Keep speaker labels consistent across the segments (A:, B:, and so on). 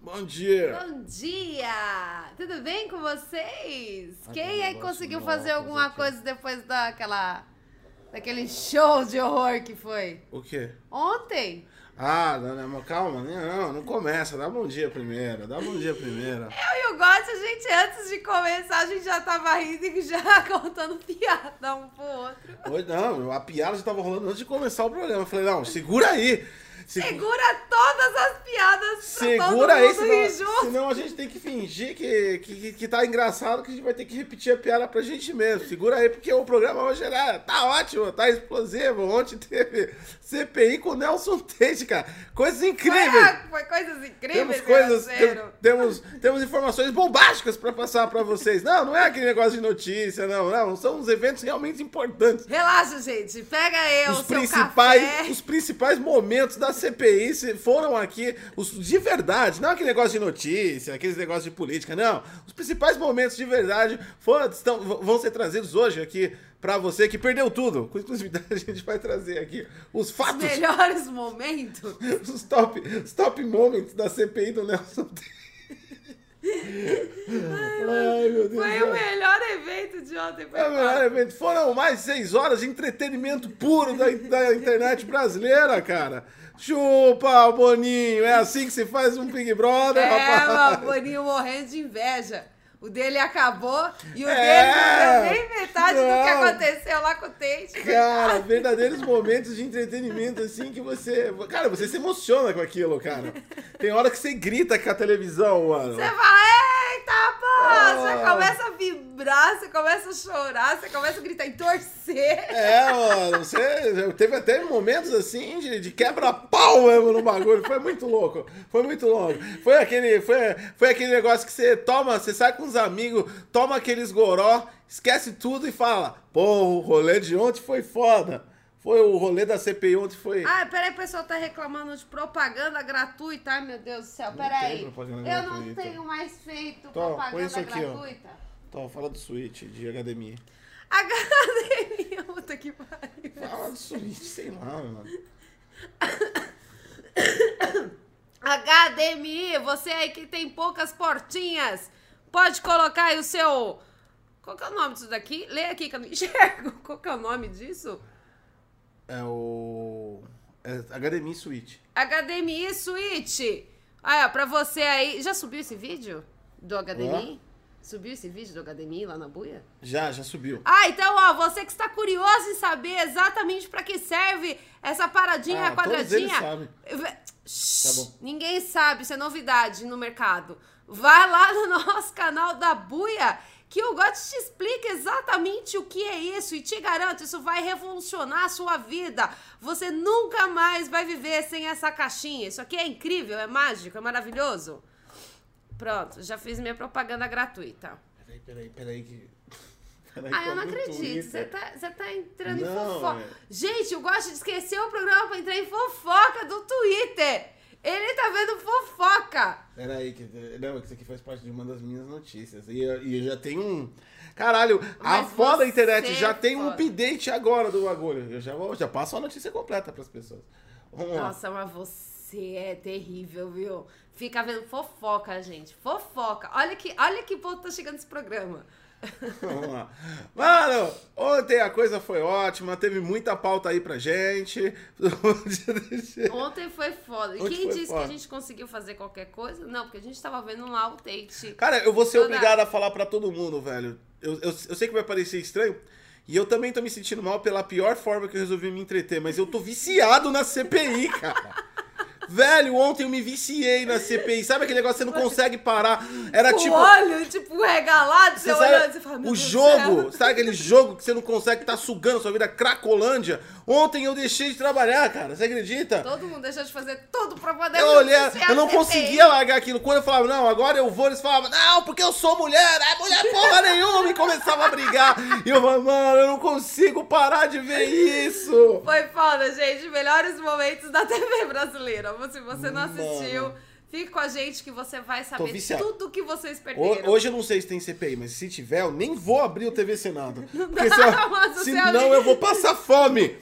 A: Bom dia!
B: Bom dia! Tudo bem com vocês?
A: Ah, tem
B: Quem
A: um
B: aí
A: negócio
B: conseguiu
A: no
B: fazer
A: óculos
B: alguma
A: aqui.
B: coisa depois daquela daquele show de horror que foi
A: O quê?
B: ontem?
A: Ah, não, não, mas calma, não, não começa, dá bom dia primeiro, dá bom dia primeiro.
B: Eu e o Gotti, a gente antes de começar, a gente já tava rindo e já contando piada um pro outro.
A: Hoje não, a piada já tava rolando antes de começar o programa. Eu falei, não, segura aí! segu-
B: Segura todas as piadas pra É, tá todo
A: segura aí,
B: mundo
A: senão,
B: rir junto.
A: senão a gente tem que fingir que, que, que- que tá engraçado, que a gente vai ter que repetir a piada pra gente mesmo. Segura aí, porque o programa hoje era, tá ótimo, tá explosivo. Ontem teve CPI com o Nelson Tate, cara. Coisas
B: Foi,
A: incríveis!
B: ah, foi coisas incríveis,
A: Temos coisas, tem-
B: Graceiro.
A: temos, temos informações bombásticas pra passar pra vocês. Não, não é aquele negócio de notícia, não, não. São os eventos realmente importantes.
B: Relaxa, gente. Pega aí É o
A: Os
B: seu
A: principais,
B: café.
A: os principais momentos da CPI se- foram aqui, os de verdade, não aquele negócio de notícia, aqueles negócios de política, não. Os principais momentos de verdade foram, estão, vão ser trazidos hoje aqui pra você que perdeu tudo. Com exclusividade, a gente vai trazer aqui os fatos,
B: Melhores momentos.
A: os top, os top moments da CPI do Nelson Temer. Ai, meu Deus.
B: Foi
A: do
B: o
A: céu.
B: melhor evento de ontem. Foi
A: É o melhor
B: maravilhoso.
A: evento. Foram mais de seis horas de entretenimento puro da, da internet brasileira, cara. Chupa, Boninho. É assim que se faz um Big Brother,
B: É,
A: rapaz.
B: mano, o Boninho morrendo de inveja. O dele acabou e o
A: É.
B: dele não deu nem metade do que
A: Não.
B: aconteceu lá com o Tate.
A: Cara, verdadeiros momentos de entretenimento, assim, que você... Cara, você se emociona com aquilo, cara. Tem hora que você grita com a televisão, mano.
B: Você é fala, eita, pô! Você
A: Ah.
B: começa a vibrar, você começa a chorar, você começa a gritar e torcer.
A: É, mano, você teve até momentos assim de, de quebra-pau mesmo no bagulho. Foi muito louco. Foi muito louco. Foi aquele, foi, foi aquele negócio que você toma, você sai com os amigos, toma aqueles goró, esquece tudo e fala: pô, o rolê de ontem foi foda. Foi o rolê da CPI ontem foi.
B: Ah, peraí, o pessoal tá reclamando de propaganda gratuita. Ai, meu Deus do céu,
A: tem
B: peraí.
A: propaganda
B: Eu não
A: gratuita.
B: tenho mais feito
A: põe isso
B: propaganda
A: aqui, ó.
B: gratuita.
A: Então, fala do Switch, de HDMI.
B: Academia, puta que pariu.
A: Fala do Switch, sei lá, mano.
B: HDMI, você aí que tem poucas portinhas, pode colocar aí o seu. Qual que é o nome disso daqui? Lê aqui que eu não enxergo. Qual que é o nome disso?
A: É o. É HDMI Switch.
B: HDMI Switch. Aí, ó, pra você aí. Já subiu esse vídeo do HDMI? Subiu esse vídeo do HDMI lá na buia?
A: Já, já subiu.
B: Ah, então, ó, você que está curioso em saber exatamente pra que serve essa paradinha
A: Ah, todos eles sabem.
B: quadradinha. Tá
A: bom.
B: Ninguém sabe, isso é novidade no mercado. Vai lá no nosso canal da Buia que o Gotti te explica exatamente o que é isso e te garanto, isso vai revolucionar a sua vida. Você nunca mais vai viver sem essa caixinha. Isso aqui é incrível, é mágico, é maravilhoso. Pronto, já fiz minha propaganda gratuita.
A: Peraí, peraí, peraí que. Peraí,
B: Ah, eu não
A: que tô no
B: acredito. Você
A: Twitter.
B: tá, você tá entrando em
A: Não,
B: fofoca.
A: é.
B: Gente, eu gosto de esquecer o programa pra entrar em fofoca do Twitter. Ele tá vendo fofoca.
A: Peraí, que. Não, isso aqui faz parte de uma das minhas notícias. E, eu- e eu já tenho um. Caralho, a
B: Mas
A: foda
B: você
A: internet já
B: é
A: tem um
B: foda.
A: update agora do bagulho. Eu já, vou, já passo a notícia completa pras pessoas. Vamos lá.
B: Nossa, mas você é terrível, viu? Fica vendo fofoca, gente. Fofoca. Olha que, olha que ponto tá chegando esse programa.
A: Vamos lá. Mano, ontem a coisa foi ótima, teve muita pauta aí pra gente.
B: Ontem foi foda. E
A: Ontem
B: quem
A: foi
B: disse
A: foda.
B: que a gente conseguiu fazer qualquer coisa? Não, porque a gente tava vendo lá o Tate.
A: Cara, eu vou ser
B: Toda-
A: obrigado a falar pra todo mundo, velho. Eu, eu, eu sei que vai parecer estranho. E eu também tô me sentindo mal pela pior forma que eu resolvi me entreter, mas eu tô viciado na CPI, cara. Velho, ontem eu me viciei na CPI. Sabe aquele negócio que você não consegue parar? Era
B: o
A: tipo.
B: olho, tipo, regalado,
A: Você
B: você,
A: sabe,
B: olhando, você fala, meu
A: o
B: Deus do
A: jogo,
B: céu.
A: sabe aquele jogo que você não consegue tá sugando sua vida cracolândia? Ontem eu deixei de trabalhar, cara. Você acredita?
B: Todo mundo deixou de fazer tudo pra poder.
A: Eu olhei,
B: assistir
A: eu não
B: a CPI.
A: conseguia largar aquilo. Quando eu falava, não, agora eu vou, eles falavam, não, porque eu sou mulher, é mulher porra nenhuma, e começava a brigar. E eu falava, mano, eu não consigo parar de ver isso.
B: Foi foda, gente. Melhores momentos da TV brasileira. Se você não assistiu,
A: Mano.
B: fique com a gente que você vai saber
A: viciado.
B: tudo que vocês perderam.
A: Ho- Hoje eu não sei se tem CPI, mas se tiver, eu nem vou abrir o TV Senado. Porque se
B: dá, mas
A: eu,
B: você
A: senão
B: abre.
A: eu vou passar fome.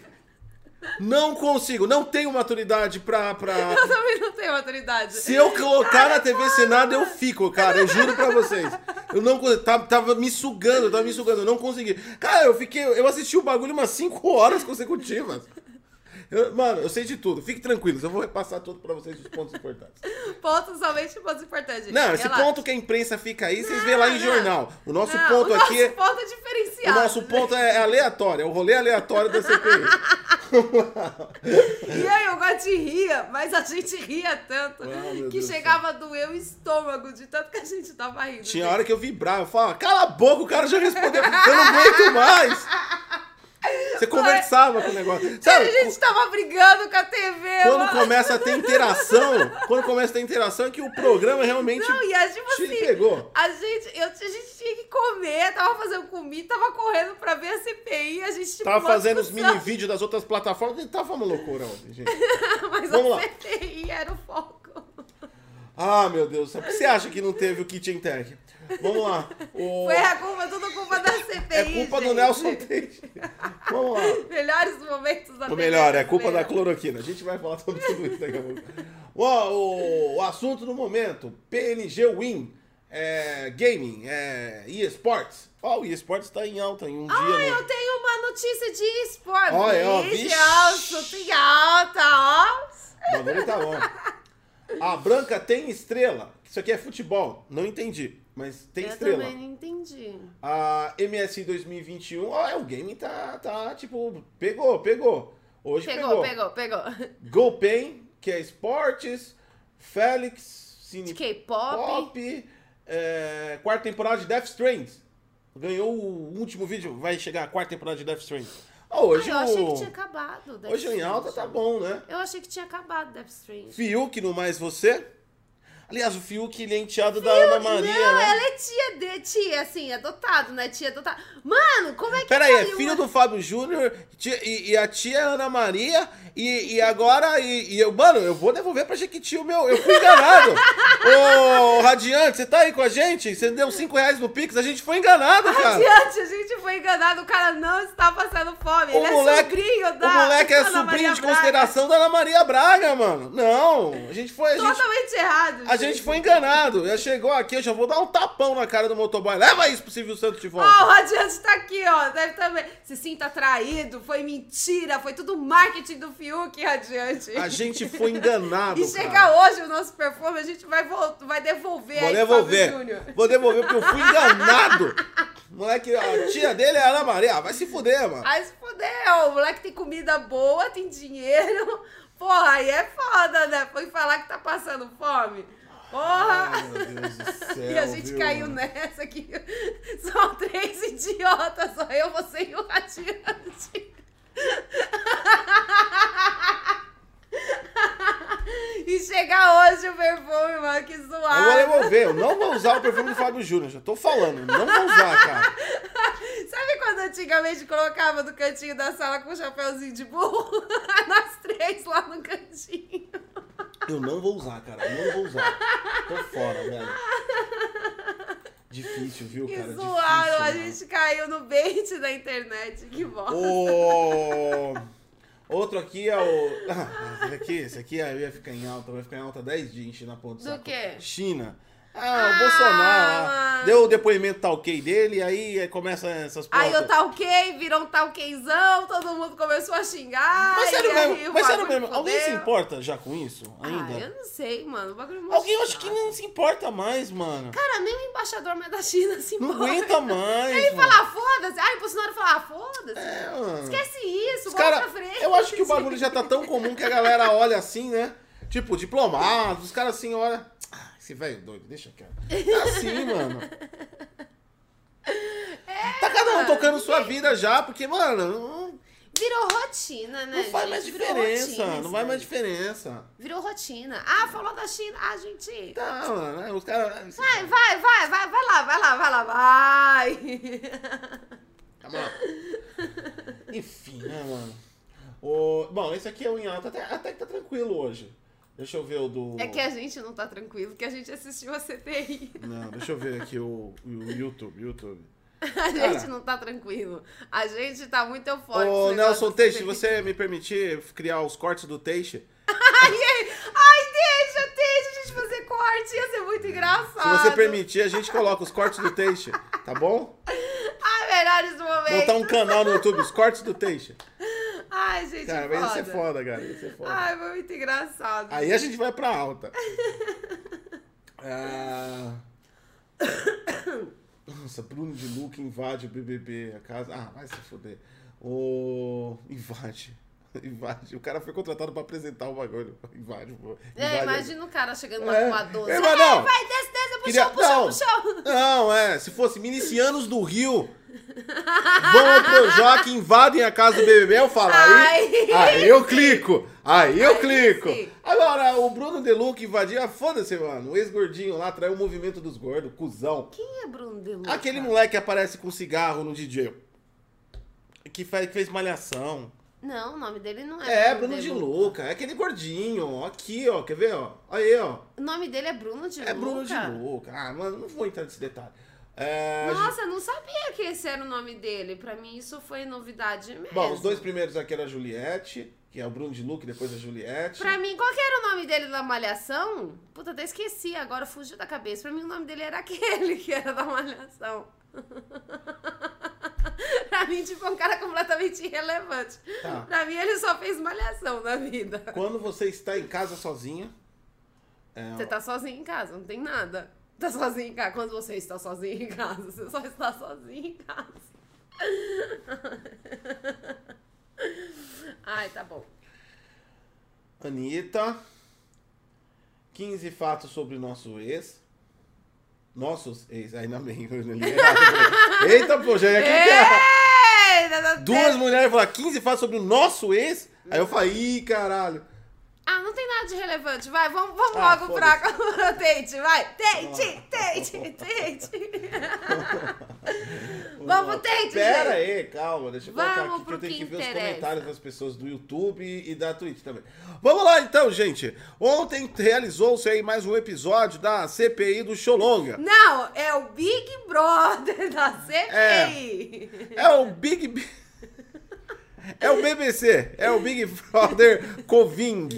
A: Não consigo, não tenho maturidade pra. pra...
B: Eu também não tenho maturidade.
A: Se eu colocar na TV Senado, eu fico, cara. Eu juro pra vocês. Eu não consegui. Tava, tava me sugando, tava me sugando. Eu não consegui. Cara, eu fiquei. Eu assisti o bagulho umas 5 horas consecutivas. Eu- mano, eu sei de tudo. Fique tranquilos. Eu vou repassar tudo pra vocês os pontos importantes.
B: Ponto somente pontos importantes. gente.
A: Não, esse
B: Relaxa.
A: ponto que a imprensa fica aí, vocês vê lá em
B: não.
A: jornal. O nosso
B: Não,
A: ponto
B: o
A: aqui
B: nosso
A: é.
B: ponto é
A: O
B: diferenciado.
A: nosso ponto é é aleatório, é o rolê aleatório da CPI.
B: E aí, eu gosto de rir, mas a gente ria tanto
A: Ah, meu
B: que
A: Deus do
B: chegava a doer o estômago de tanto que a gente tava rindo.
A: Tinha hora que eu vibrava, eu falava, cala a boca, o cara já respondeu, eu não aguento mais. Você conversava com o negócio. Sabe,
B: a gente tava brigando com a TV.
A: quando
B: mano.
A: começa a ter interação, quando começa a ter interação é que o programa realmente
B: Não, e é tipo
A: te
B: assim,
A: pegou.
B: a gente, eu, a gente tinha que comer, tava fazendo comida, tava correndo pra ver a CPI, a gente tipo,
A: Tava
B: uma
A: fazendo os
B: discussão,
A: mini vídeos das outras plataformas, tava uma loucura ontem, gente.
B: Mas
A: Vamos
B: a
A: lá.
B: CPI era o foco.
A: Ah, meu Deus, por que você acha que não teve o Kitchen Tech? Vamos lá. O...
B: Foi a culpa, tudo culpa da CPI.
A: É culpa do
B: gente.
A: Nelson Teixeira. Vamos lá.
B: Melhores momentos da
A: Ou
B: TV
A: melhor, é culpa da
B: brasileira.
A: cloroquina. A gente vai falar sobre tudo isso daqui a pouco. Ó, O, o assunto do momento, PNG Win, é, gaming, é, eSports. Ó, o eSports tá em alta em um dia,
B: Ah,
A: né?
B: eu tenho uma notícia de esporte.
A: Olha, ó,
B: Ih,
A: vixe.
B: Alto, tem alta, ó.
A: O bagulho tá bom. A Branca tem estrela. Isso aqui é futebol, não entendi, mas tem
B: eu
A: estrela.
B: também não entendi.
A: A MSI 2021, ó, é, o game tá, tá, tipo, pegou, pegou. Hoje
B: Pegou, pegou, pegou.
A: Golpen, que é esportes, Félix, Cine
B: De K-pop.
A: Pop, é, quarta temporada de Death Stranding. Ganhou o último vídeo, vai chegar a quarta temporada de Death Stranding. Ah,
B: Ah,
A: hoje
B: eu achei que
A: o,
B: tinha acabado. Death
A: hoje o em
B: Stranding.
A: alta tá bom, né?
B: Eu achei que tinha acabado Death Stranding.
A: Fiuk no Mais Você. Aliás, o Fiuk ele é enteado da Ana Maria,
B: não,
A: né?
B: ela é tia de tia, assim, adotado, né? Tia adotada. Mano, como é que
A: Peraí, é
B: pariu
A: filho
B: uma-
A: do Fábio Júnior tia- e, e a tia Ana Maria, e, e agora. E, e eu, mano, eu vou devolver pra Jequiti o meu. Eu fui enganado. Ô, Radiante, você tá aí com a gente? Você deu 5 reais no Pix, a gente foi enganado, cara.
B: Adiante, a gente foi enganado, o cara não está passando fome.
A: O
B: ele
A: moleque,
B: é sobrinho da.
A: o moleque é
B: Ana
A: sobrinho
B: Maria
A: de
B: Braga.
A: consideração da Ana Maria Braga, mano. Não, a gente foi. A gente,
B: Totalmente errado.
A: a gente foi enganado. Já chegou aqui, eu já vou dar um tapão na cara do motoboy. Leva isso pro Silvio Santos de
B: Ó,
A: volta.
B: o Adiante tá aqui, ó. Deve também. Se sinta traído, foi mentira, foi tudo marketing do Fiuk, Radiante.
A: A gente foi enganado.
B: Oh! E chega
A: cara.
B: hoje o nosso perfume, a gente vai, vol- vai devolver
A: Vou
B: aí,
A: devolver.
B: Fábio Júnior.
A: Vou devolver porque eu fui enganado. Moleque, a tia dele é Ana Maria. Ah, Vai se fuder, mano.
B: Aí se fuder, ó, o moleque tem comida boa, tem dinheiro. Porra, aí é foda, né? Foi falar que tá passando fome. Porra!
A: Ai, meu Deus do céu,
B: e a gente
A: viu,
B: caiu
A: mano?
B: nessa aqui. São três idiotas, só eu, você e o Radiante. e chegar hoje o perfume, mano, que
A: Eu vou
B: zoado.
A: devolver. Eu não vou usar o perfume do Fábio Júnior. Já tô falando. Não vou usar, cara.
B: Sabe quando antigamente colocava no cantinho da sala com o chapéuzinho de burro? Nós três lá no cantinho.
A: Eu não vou usar, cara. Eu não vou usar. Tô fora, velho. Difícil, viu, tipo,
B: Que
A: cara? Difícil, né?
B: zoaram, a
A: mano.
B: gente caiu no bait da internet. Que bosta.
A: O... Outro aqui é o. Ah, esse aqui, esse aqui ia ficar em alta, vai ficar em alta 10 dias enchendo a ponta
B: Do quê?
A: China. Ah,
B: Ah,
A: o Bolsonaro. lá.
B: mano.
A: Deu o depoimento tal ok dele, aí começa essas
B: Aí
A: pautas.
B: o talquei virou um talqueizão, todo mundo começou a xingar.
A: Mas sério
B: e aí
A: mesmo,
B: o
A: mas sério
B: bagulho
A: mesmo, alguém se
B: fudeu.
A: importa já com isso? Ainda?
B: Ah, eu não sei, mano. O bagulho é muito
A: Alguém eu acho que
B: chato.
A: não se importa mais, mano.
B: Cara, nem o embaixador mais da China se
A: não
B: importa.
A: aguenta mais.
B: Ele
A: mano.
B: fala, foda-se. Ai, o Bolsonaro fala, ah, foda-se.
A: É, mano.
B: Esquece isso,
A: Os
B: bola
A: cara,
B: pra frente.
A: eu acho que o bagulho já tá tão comum que a galera olha assim, né? Tipo, diplomado, os caras assim olham. Ah, esse velho doido, deixa quieto. Tá assim, mano. tá cada um
B: É, mano,
A: tocando sua vida já, porque, mano,
B: Virou rotina, né?
A: não, não faz
B: gente?
A: mais
B: Virou
A: diferença.
B: rotina
A: Não
B: isso
A: faz
B: daí.
A: mais diferença.
B: Virou rotina. Ah, falou da China. Ah, gente.
A: Tá, mano, né? os caras.
B: Vai, vai, vai, vai, vai lá, vai lá, vai lá, vai.
A: Calma lá. Enfim, né, mano? O... Bom, esse aqui é o em alta, até, até que tá tranquilo hoje. Deixa eu ver o do.
B: É que a gente não tá tranquilo, que a gente assistiu a CPI.
A: Não, deixa eu ver aqui o, o YouTube, YouTube.
B: A gente não tá tranquilo. A gente tá muito eufórico.
A: Ah. Ô,
B: esse negócio
A: Nelson
B: de
A: Teixe, se
B: serviço.
A: você me permitir criar os cortes do Teixe?
B: Ai, ei, ai, deixa, deixa a gente fazer corte. Ia ser muito
A: Se
B: engraçado.
A: você permitir, a gente coloca os cortes do Teixe, tá bom?
B: Ai, melhores momentos.
A: Montar um canal no YouTube, os cortes do Teixe.
B: Ai, gente,
A: um- Cara,
B: foda.
A: mas ia ser foda, cara. Ia ser foda.
B: Ai, foi muito engraçado.
A: Aí a gente vai pra alta. Ah. Nossa, Bruno de Luca invade o BBB, a casa. Ah, vai se foder. O... Invade. Invade. O cara foi contratado pra apresentar o bagulho. Invade, pô.
B: É,
A: Invade.
B: imagina o cara chegando
A: É.
B: lá com a doce.
A: É, mas não.
B: vai, desce, desce, puxou,
A: Queria-
B: puxou,
A: não.
B: puxou.
A: Não, é. Se fosse milicianos do Rio, vão ao Projac, invadem a casa do BBB, eu falo. Aí,
B: Aí
A: aí eu clico. Aí eu
B: Aí
A: clico.
B: sim.
A: Agora, o Bruno Deluca invadia, foda-se, mano. O ex-gordinho lá traiu o movimento dos gordos, cuzão.
B: Quem é Bruno de Luca?
A: Aquele moleque que aparece com cigarro no DJ. Que fez, que fez malhação.
B: Não, o nome dele não é.
A: É, Bruno de Luca. É aquele gordinho. Aqui, ó. Quer ver, ó? Aí, ó.
B: O nome dele é Bruno de Luca.
A: É Bruno de Luca. Ah, mano, não vou entrar nesse detalhe. É, a
B: Nossa, eu não sabia que esse era o nome dele. Pra mim, isso foi novidade mesmo.
A: Bom, os dois primeiros aqui era a Juliette, que é o Bruno de Luca, e depois a Juliette.
B: Pra mim, qual que era o nome dele da Malhação? Puta, até esqueci agora, fugiu da cabeça. Pra mim, o nome dele era aquele que era da Malhação. pra mim, tipo, é um cara completamente irrelevante.
A: Tá.
B: Pra mim, ele só fez Malhação na vida.
A: Quando você está em casa sozinha,
B: Você tá sozinho em casa, não tem nada. Tá sozinho em casa. Quando você está sozinho em casa, você só está sozinho em casa. Ai, tá bom.
A: Anitta, 15 fatos sobre nosso ex. Nossos ex, ainda bem, eu li errado. né? Eita, pô, já
B: É.
A: ia clicar.
B: Eita, tá-
A: É Duas mulheres falaram 15 fatos sobre o nosso ex. Aí eu falei, ih, caralho.
B: Ah, não tem nada de relevante. Vai, vamos, vamos
A: Ah,
B: logo pra pra Tente, vai. Tente, Tente, Tente. Vamos, Tente,
A: Pera
B: gente.
A: aí, calma, deixa eu colocar
B: Vamos
A: aqui que
B: pro
A: eu tenho que,
B: que
A: ver os
B: interessa.
A: comentários das pessoas do YouTube e da Twitch também. Vamos lá então, gente. Ontem realizou-se aí mais um episódio da CPI do Xolonga.
B: Não, é o Big Brother da CPI.
A: É o Big... B- É o BBC, é o Big Brother Coving,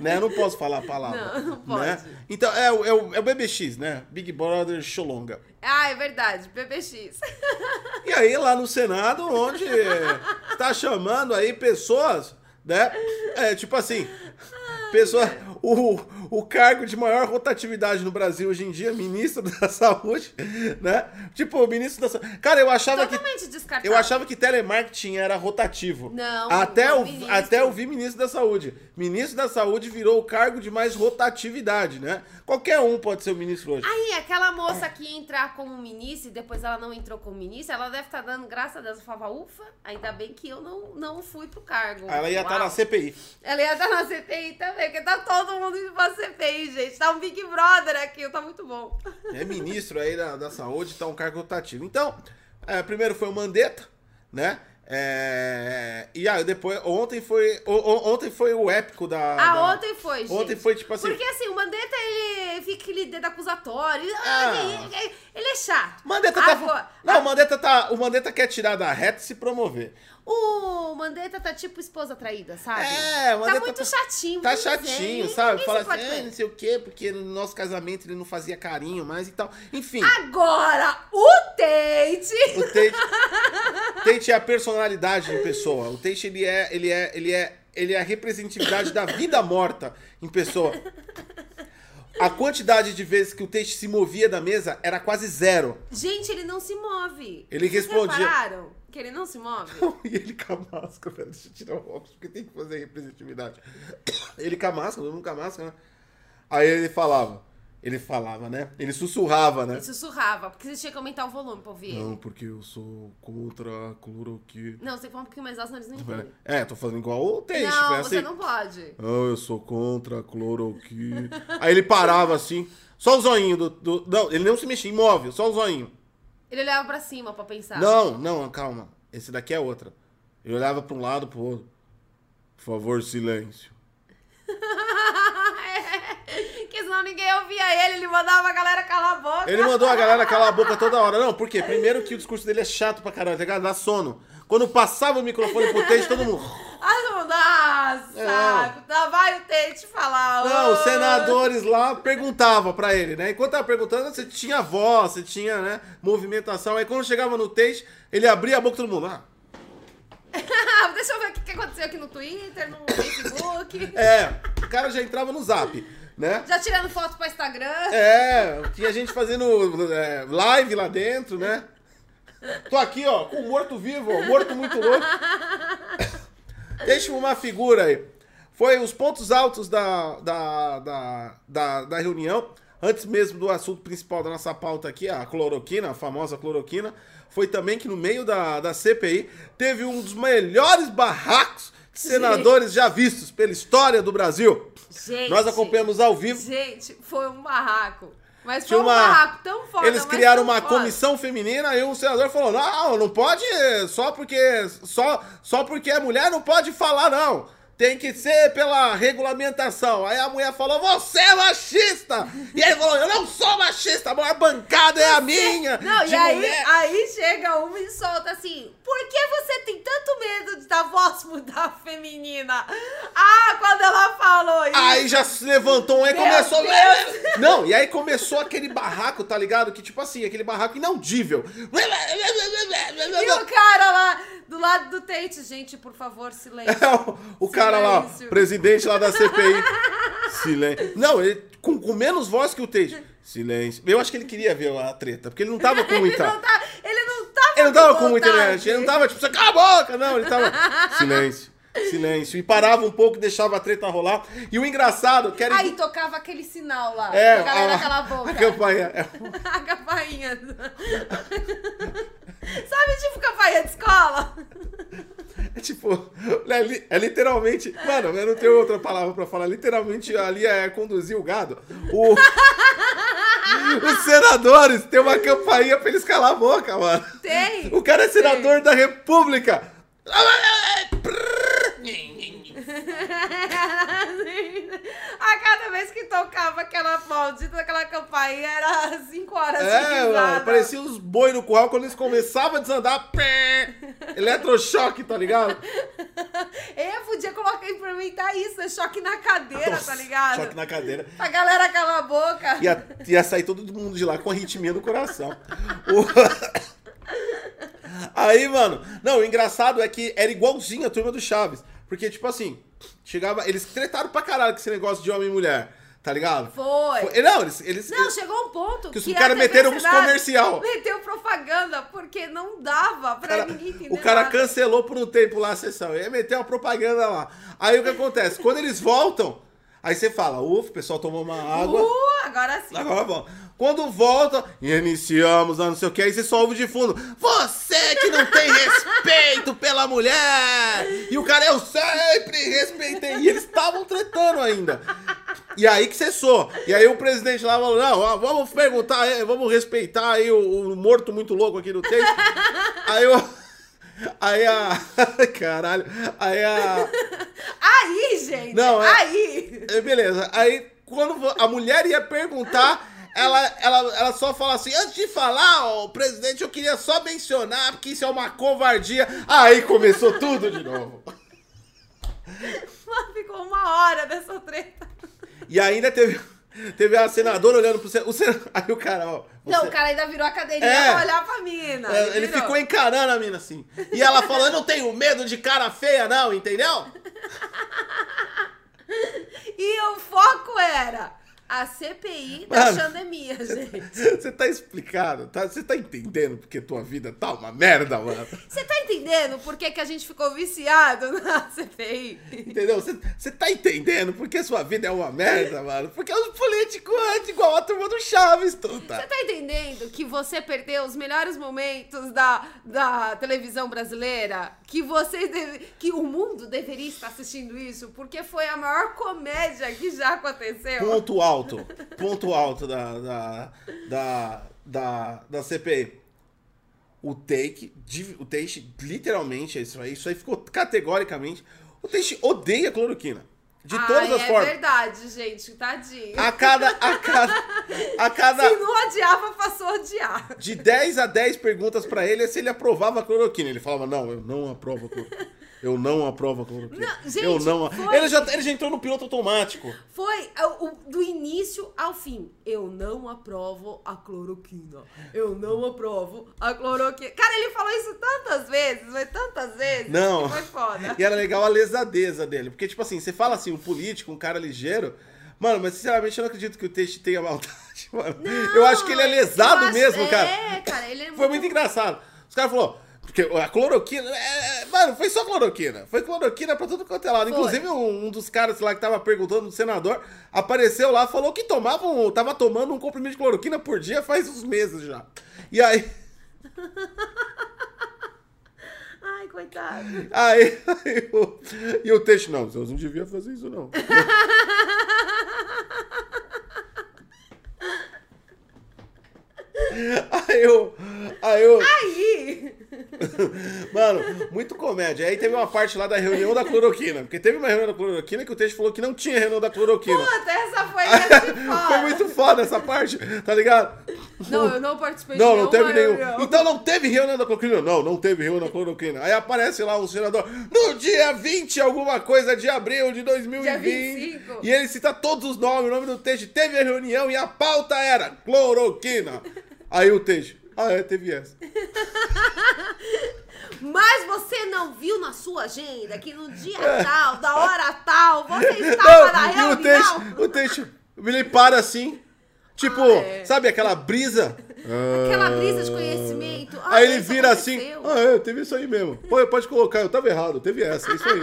A: né? Não posso falar a palavra.
B: Não, não
A: né?
B: pode.
A: Então, é, o- é, o, é o BBX, né? Big Brother Xolonga.
B: Ah, é verdade, PPX.
A: E aí, lá no Senado, onde tá chamando aí pessoas, né? É, tipo assim, pessoa, o, o cargo de maior rotatividade no Brasil hoje em dia, ministro da Saúde, né? Tipo, o ministro da Saúde. Cara, eu achava que.
B: Totalmente descartável.
A: Eu achava que telemarketing era rotativo.
B: Não,
A: Até,
B: não,
A: eu,
B: ministro.
A: até eu vi ministro da Saúde. Ministro da Saúde virou o cargo de mais rotatividade, né? Qualquer um pode ser o ministro hoje.
B: Aí, aquela
A: É.
B: moça que ia entrar como ministra e depois ela não entrou como ministra, ela deve estar dando, graças a Deus, eu falava, ufa, ainda bem que eu não, não fui pro cargo.
A: Ela ia tá estar
B: Uau.
A: na CPI.
B: Ela ia estar na CPI também, porque tá todo mundo indo pra CPI, gente. Tá um Big Brother aqui, tá muito bom.
A: é ministro aí da, da saúde, tá um cargo rotativo. Então, é, primeiro foi o Mandetta, né? É, e aí depois, ontem foi, o- o- ontem foi o épico da...
B: Ah,
A: da-
B: ontem foi, gente.
A: Ontem foi, tipo assim,
B: Porque assim, o Mandetta, ele fica aquele dedo acusatório. Ele-
A: Ah.
B: Ele, ele é chato.
A: Mandetta tá...
B: Agora-
A: Não, o Mandetta tá... O Mandetta quer tirar da reta e se promover.
B: O Mandetta tá tipo esposa traída, sabe?
A: É, o Mandetta
B: Tá muito
A: tá-
B: chatinho.
A: Tá
B: vamos dizer,
A: chatinho,
B: ninguém-
A: sabe?
B: ninguém
A: Fala
B: se importa
A: assim,
B: com
A: "Ah, não
B: ele.
A: sei o quê, porque no nosso casamento ele não fazia carinho mais e tal. Enfim,
B: Agora, o Tate...
A: o Tate... Tate é a personalidade em pessoa. O Tate, ele é... Ele é... Ele é... Ele é a representatividade da vida morta em pessoa. A quantidade de vezes que o Teixe se movia da mesa era quase zero.
B: Gente, ele não se move.
A: Ele
B: Vocês
A: respondia.
B: repararam que ele não se move?
A: E ele com a máscara, pera, deixa eu tirar o óculos, porque tem que fazer representatividade. Ele com a máscara, todo mundo com a máscara, né? Aí ele falava, ele falava, né? Ele sussurrava, né?
B: Ele sussurrava, porque você tinha que aumentar o volume pra ouvir ele.
A: Não, porque eu sou contra a cloroquina.
B: Não, você põe um pouquinho mais alto, senão eles não entendem.
A: É, tô falando igual o Teixe,
B: não,
A: foi
B: você
A: assim.
B: não pode.
A: Não, eu sou contra a cloroquina. Aí ele parava assim, só o zoinho do, do- Não, ele não se mexia, imóvel, só o zoinho.
B: Ele olhava pra cima pra pensar.
A: Não, não, calma. Esse daqui é outra. Ele olhava pra um lado, pro outro. Por favor, silêncio.
B: É, que senão ninguém ouvia ele, ele mandava a galera calar a boca.
A: Ele mandou a galera calar a boca toda hora. Não, por quê? Primeiro que o discurso dele é chato pra caralho, tá ligado? Dá sono. Quando passava o microfone pro Tente, todo mundo.
B: Ah, todo mundo, ah, saco, tá, vai o Tente falar. ô.
A: É. Não, os senadores lá perguntavam pra ele, né? Enquanto tava perguntando, você tinha voz, você tinha, né, movimentação. Aí quando chegava no Tente, ele abria a boca todo mundo. Ah,
B: Deixa eu ver o que que aconteceu aqui no Twitter, no Facebook.
A: é, o cara já entrava no zap, né?
B: Já tirando foto pra Instagram.
A: É, tinha gente fazendo é, live lá dentro, né? Tô aqui, ó, com um morto-vivo, ó, morto muito louco. Deixa uma figura aí. Foi os pontos altos da, da, da, da, da reunião, antes mesmo do assunto principal da nossa pauta aqui, a cloroquina, a famosa cloroquina, foi também que no meio da, da CPI teve um dos melhores barracos de senadores já vistos pela história do Brasil.
B: Gente.
A: Nós acompanhamos ao vivo.
B: Gente, foi um barraco. Mas
A: Tinha
B: foi um barraco tão foda.
A: Eles
B: mas
A: criaram
B: tão
A: uma
B: foda.
A: comissão feminina e o senador falou: não, não pode eh, só porque. Só, só porque é mulher não pode falar, não. Tem que ser pela regulamentação. Aí a mulher falou: você é machista! E ele falou: eu não sou machista, a maior bancada é a minha!
B: Não,
A: de
B: e aí,
A: mulher."
B: aí chega uma e solta assim: por que você tem tanto medo da voz mudar feminina? Ah, quando ela falou isso.
A: Aí já se levantou um aí
B: Meu
A: começou.
B: Deus!
A: Não, e aí começou aquele barraco, tá ligado? Que tipo assim, aquele barraco inaudível.
B: E o cara lá do lado do Tate, gente, por favor, silêncio.
A: É, o- o, cara lá, ó,
B: Silêncio.
A: presidente lá da CPI. Silêncio. Não, ele com, com menos voz que o Tate. Silêncio. Eu acho que ele queria ver a treta, porque ele não tava com
B: Ele não
A: muita.
B: tá, ele não tava
A: Então. Ele não tava com muita
B: vontade.
A: energia, ele não tava tipo, cala a boca, não, ele tava. Silêncio, silêncio. E parava um pouco, deixava a treta rolar. E o engraçado, quero.
B: Aí tocava aquele sinal lá.
A: É,
B: a galera
A: a-
B: cala a
A: a
B: boca.
A: campanha. É,
B: A campainha. Sabe, tipo campainha de escola?
A: É tipo, é, li- é literalmente. Mano, eu não tenho outra palavra pra falar. Literalmente ali é conduzir o gado. O- os senadores têm uma campainha pra eles calar a boca, mano.
B: Tem.
A: O cara é senador da República.
B: a cada vez que tocava aquela maldita daquela campainha era 5 horas
A: É,
B: de
A: mano,
B: risada.
A: parecia os boi no curral quando eles começavam a desandar. pé, Eletrochoque, tá ligado?
B: Eu podia colocar, implementar isso, né? Choque na cadeira, tá ligado?
A: Choque na cadeira.
B: A galera cala a boca.
A: Ia, ia sair todo mundo de lá com arritmia no coração. O- Aí, mano, não, o engraçado é que era igualzinho a turma do Chaves. Porque, tipo assim, chegava. Eles tretaram pra caralho com esse negócio de homem e mulher, tá ligado?
B: Foi.
A: Foi- Não, eles. eles
B: Não, chegou um ponto
A: Que
B: que,
A: os
B: a
A: caras
B: TV
A: meteram uns
B: Cidade
A: comercial.
B: Meteu propaganda, porque não dava pra
A: cara-
B: ninguém entender
A: o cara
B: nada.
A: cancelou por um tempo lá a sessão. Ele meteu uma propaganda lá. Aí o que acontece? Quando eles voltam, aí você fala, ufa, o pessoal tomou uma água.
B: Uh, agora sim.
A: Agora volta. Quando volta, iniciamos lá, não sei o que, aí você só ouve de fundo. Você que não tem respeito pela mulher! E o cara, eu sempre respeitei. E eles estavam tretando ainda. E aí que cessou. E aí o presidente lá falou: não, ó, vamos perguntar, é, vamos respeitar aí o, o morto muito louco aqui no texto. Aí o. Aí a. Caralho. Aí a.
B: Aí, gente.
A: Não, é-
B: Aí.
A: É, Beleza. Aí, quando vo- a mulher ia perguntar, ela, ela, ela só fala assim: antes de falar, ó, o presidente, eu queria só mencionar, porque isso é uma covardia. Aí começou tudo de novo.
B: Mano, ficou uma hora dessa treta.
A: E ainda teve, teve a senadora olhando pro sen- o sen- Aí o cara, ó.
B: Não,
A: você-
B: o cara ainda virou a cadeirinha
A: É.
B: pra olhar pra mina.
A: É, ele
B: virou.
A: ficou encarando a mina assim. E ela falou: eu não tenho medo de cara feia, não, entendeu?
B: E o foco era a CPI da
A: Mano.
B: pandemia, gente.
A: Você tá explicado, tá? Você tá entendendo porque tua vida tá uma merda, mano.
B: Você tá entendendo por que, que a gente ficou viciado na CPI?
A: Entendeu? Você tá entendendo porque sua vida é uma merda, mano? Porque é os políticos andam igual a turma do Chaves, Então
B: Você
A: tuta.
B: tá entendendo que você perdeu os melhores momentos da, da televisão brasileira? Que vocês deve- que o mundo deveria estar assistindo isso, porque foi a maior comédia que já aconteceu.
A: Ponto alto. Ponto alto da, da, da, da, da CPI. O Take, de- o Teixe, literalmente, é isso aí. Isso aí ficou categoricamente. O Teixe odeia cloroquina. De todas
B: Ai,
A: as
B: é
A: formas.
B: verdade, gente, tadinho.
A: A cada. A cada. A cada.
B: Se não odiava, passou a odiar.
A: De 10 a 10 perguntas pra ele é se ele aprovava a cloroquina. Ele falava: Não, eu não aprovo a cloroquina. Eu não aprovo a cloroquina.
B: Não, gente,
A: eu não. a-"
B: foi-
A: Ele, já, ele já entrou no piloto automático.
B: Foi é, o- o- do início ao fim. Eu não aprovo a cloroquina. Eu não aprovo a cloroquina. Cara, ele falou isso tantas vezes, mas tantas vezes.
A: Não.
B: que Foi foda.
A: E era legal a lesadeza dele. Porque, tipo assim, você fala assim, um político, um cara ligeiro. Mano, mas sinceramente eu não acredito que o Teixe tenha maldade, mano. eu acho que ele é lesado
B: Eu acho-
A: mesmo, cara.
B: É, cara, ele é
A: Foi muito engraçado. Os caras falaram, porque a cloroquina. é, é, mano, foi só cloroquina. Foi cloroquina pra tudo quanto é lado.
B: Foi.
A: Inclusive, um, um dos caras lá que tava perguntando do senador apareceu lá, falou que tomava um, tava tomando um comprimido de cloroquina por dia faz uns meses já. E aí.
B: Ai, coitado.
A: Aí, aí o, e o texto, não, Zeus não devia fazer isso, não. aí eu. Aí eu.
B: Aí!
A: Mano, muito comédia. Aí teve uma parte lá da reunião da cloroquina. Porque teve uma reunião da cloroquina que o texto falou que não tinha reunião da cloroquina.
B: Puta, essa foi essa de fora.
A: Foi é muito foda essa parte, tá ligado?
B: Não, eu não participei
A: Não,
B: de
A: não
B: nenhuma
A: teve nenhum.
B: reunião.
A: Então não teve é reunião da cloroquina. Não, não teve reunião da cloroquina. Aí aparece lá um senador no dia 20, alguma coisa de abril de 2020.
B: Dia 25.
A: E ele cita todos os nomes, o nome do texto. Teve a reunião e a pauta era cloroquina. Aí o texto. Ah, é, teve essa.
B: Mas você não viu na sua agenda que no
A: É.
B: dia tal, da hora tal, você estava na
A: e o
B: reunião?
A: texto, o texto. Ele para assim. Tipo,
B: Ah, é.
A: sabe aquela brisa?
B: Aquela brisa de conhecimento. Ah,
A: Aí ele
B: isso
A: vira
B: aconteceu.
A: assim, ah, é, teve isso aí mesmo. Pô, pode colocar, eu tava errado, teve essa, é isso aí.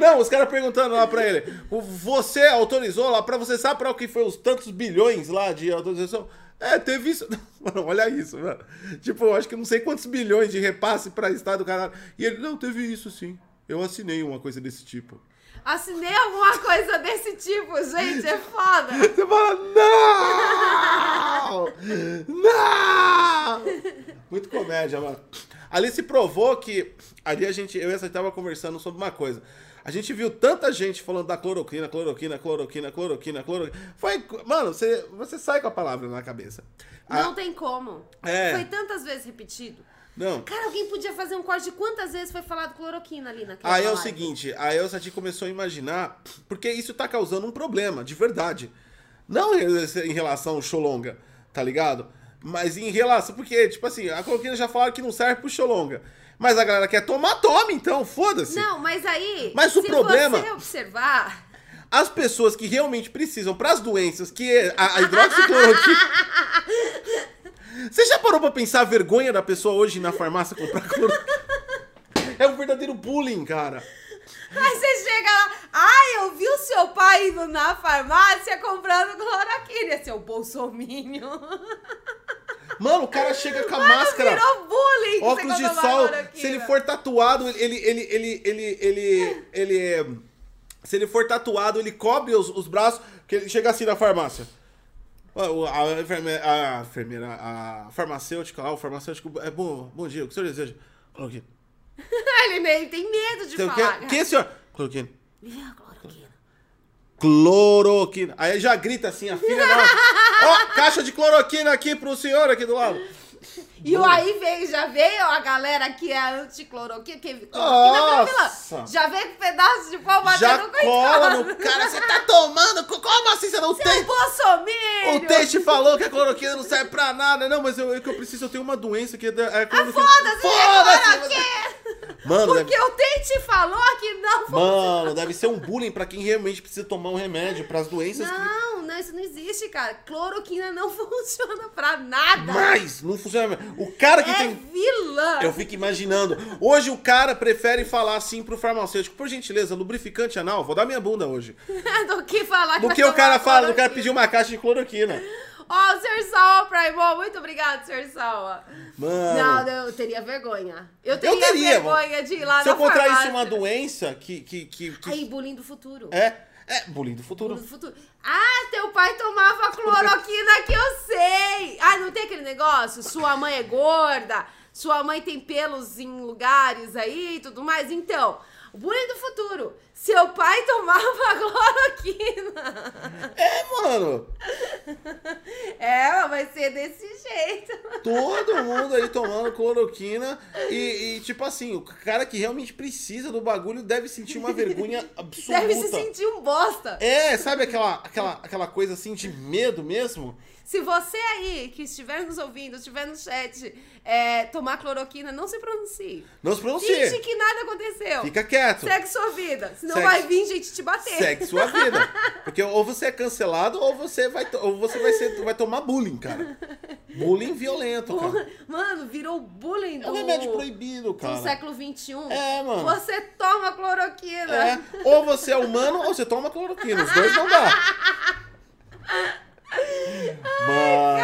A: Não, os caras perguntando lá pra ele, "O- você autorizou lá, pra você sabe pra o que foi os tantos bilhões lá de autorização? É, teve isso. Mano, olha isso, mano. Tipo, eu acho que não sei quantos bilhões de repasse pra estado do Canadá. E ele, não, teve isso sim. Eu assinei uma coisa desse tipo.
B: Assinei alguma coisa desse tipo, gente, é foda.
A: Você fala, não! Não! Muito comédia, mano. Ali se provou que. Ali a gente. Eu e essa tava conversando sobre uma coisa. A gente viu tanta gente falando da cloroquina, cloroquina, cloroquina, cloroquina, cloroquina. Foi. Mano, você, você sai com a palavra na cabeça. Ah,
B: Não tem como.
A: É.
B: Foi tantas vezes repetido.
A: não.
B: Cara, alguém podia fazer um corte de quantas vezes foi falado cloroquina ali naquela
A: Aí é o
B: live?
A: seguinte, a Elsati começou a imaginar, porque isso tá causando um problema, de verdade. Não em relação ao Xolonga, tá ligado? Mas em relação, porque, tipo assim, a cloroquina já falaram que não serve pro Xolonga. Mas a galera quer tomar, toma então, foda-se.
B: Não, mas aí.
A: Mas o
B: se
A: problema-
B: você observar.
A: As pessoas que realmente precisam pras doenças, que é a, a hidroxicloroquina... Você já parou pra pensar a vergonha da pessoa hoje ir na farmácia comprar cloroquina? É um verdadeiro bullying, cara.
B: Aí você chega lá, ai, eu vi o seu pai indo na farmácia comprando cloroquina, seu bolsominho.
A: Mano, o cara chega com a máscara...
B: Virou bullying.
A: Óculos
B: você
A: de
B: comprar
A: sal,
B: cloroquina.
A: se ele for tatuado, ele, ele, ele, ele, ele, ele, ele- se ele for tatuado, ele cobre os, os braços, porque ele chega assim na farmácia. Ó, o- A enfermeira, a, enfermeira, a farmacêutica lá, o farmacêutico, é bom, bom dia, o que o senhor deseja? Cloroquina.
B: ele meio tem medo de
A: Tem o
B: falar. né?
A: quê? Que, senhor? Cloroquina.
B: Me vê a cloroquina.
A: Cloroquina. Aí já grita assim, a filha dela. Ó, caixa de cloroquina aqui pro senhor aqui do lado.
B: E o aí veio, já veio a galera que é anticloroquina, que é cloroquina
A: Nossa.
B: tranquila. Já veio com pedaço de pau
A: Já
B: batendo com
A: cola no cara, você tá tomando, como assim você não tem?
B: Seu bolsominho.
A: O Teixe falou que a cloroquina não serve pra nada. Não, mas eu, é que eu preciso, eu tenho uma doença que é da- é a
B: Ah,
A: cloroquina.
B: foda-se,
A: Foda-se!
B: cloroquina.
A: Mano, deve,
B: Porque o Tente falou que não
A: mano, deve ser um bullying pra quem realmente precisa tomar um remédio pras doenças. que-
B: Não, não, isso não existe, cara. Cloroquina não funciona pra nada.
A: Mas não funciona. O cara que
B: é
A: tem.
B: vilã.
A: Eu fico imaginando. Hoje o cara prefere falar assim pro farmacêutico, por gentileza, lubrificante anal, vou dar minha bunda hoje.
B: Do que falar
A: Do
B: vai
A: que o
B: tomar
A: cara fala, do cara
B: cloroquina.
A: pedir uma caixa de cloroquina.
B: Ó, o Sr. Sawa Primal, muito obrigado, Sr. Sawa. Não,
A: Mano.
B: não, eu teria vergonha. Eu teria,
A: teria,
B: vergonha de ir lá
A: Se
B: na
A: eu contraísse
B: farmácia.
A: uma doença que. que, que, que-
B: Aí, bullying do futuro.
A: é. É, bullying do
B: Bullying
A: futuro.
B: Do futuro. Ah, teu pai tomava cloroquina que eu sei. Ah, não tem aquele negócio? Sua mãe é gorda, sua mãe tem pelos em lugares aí e tudo mais. Então, O bullying do futuro. Seu pai tomava cloroquina.
A: É, mano.
B: É, vai ser desse jeito.
A: Todo mundo aí tomando cloroquina. E, e, tipo assim, o cara que realmente precisa do bagulho deve sentir uma vergonha absoluta.
B: Deve se sentir um bosta.
A: É, sabe aquela, aquela, aquela coisa assim de medo mesmo?
B: Se você aí que estiver nos ouvindo, estiver no chat, é, tomar cloroquina, não se pronuncie.
A: Não se pronuncie.
B: Finge que nada aconteceu.
A: Fica quieto.
B: Segue sua vida. Senão
A: Segue-
B: vai vir gente te bater.
A: Segue sua vida. Porque ou você é cancelado ou você vai, to- ou você vai, ser, vai tomar bullying, cara. Bullying violento, cara.
B: Mano, virou bullying Então
A: É
B: do,
A: um remédio proibido,
B: do
A: cara.
B: século XXI.
A: É, mano.
B: Você toma cloroquina.
A: É, ou você é humano ou você toma cloroquina. Os dois não dá. Mano,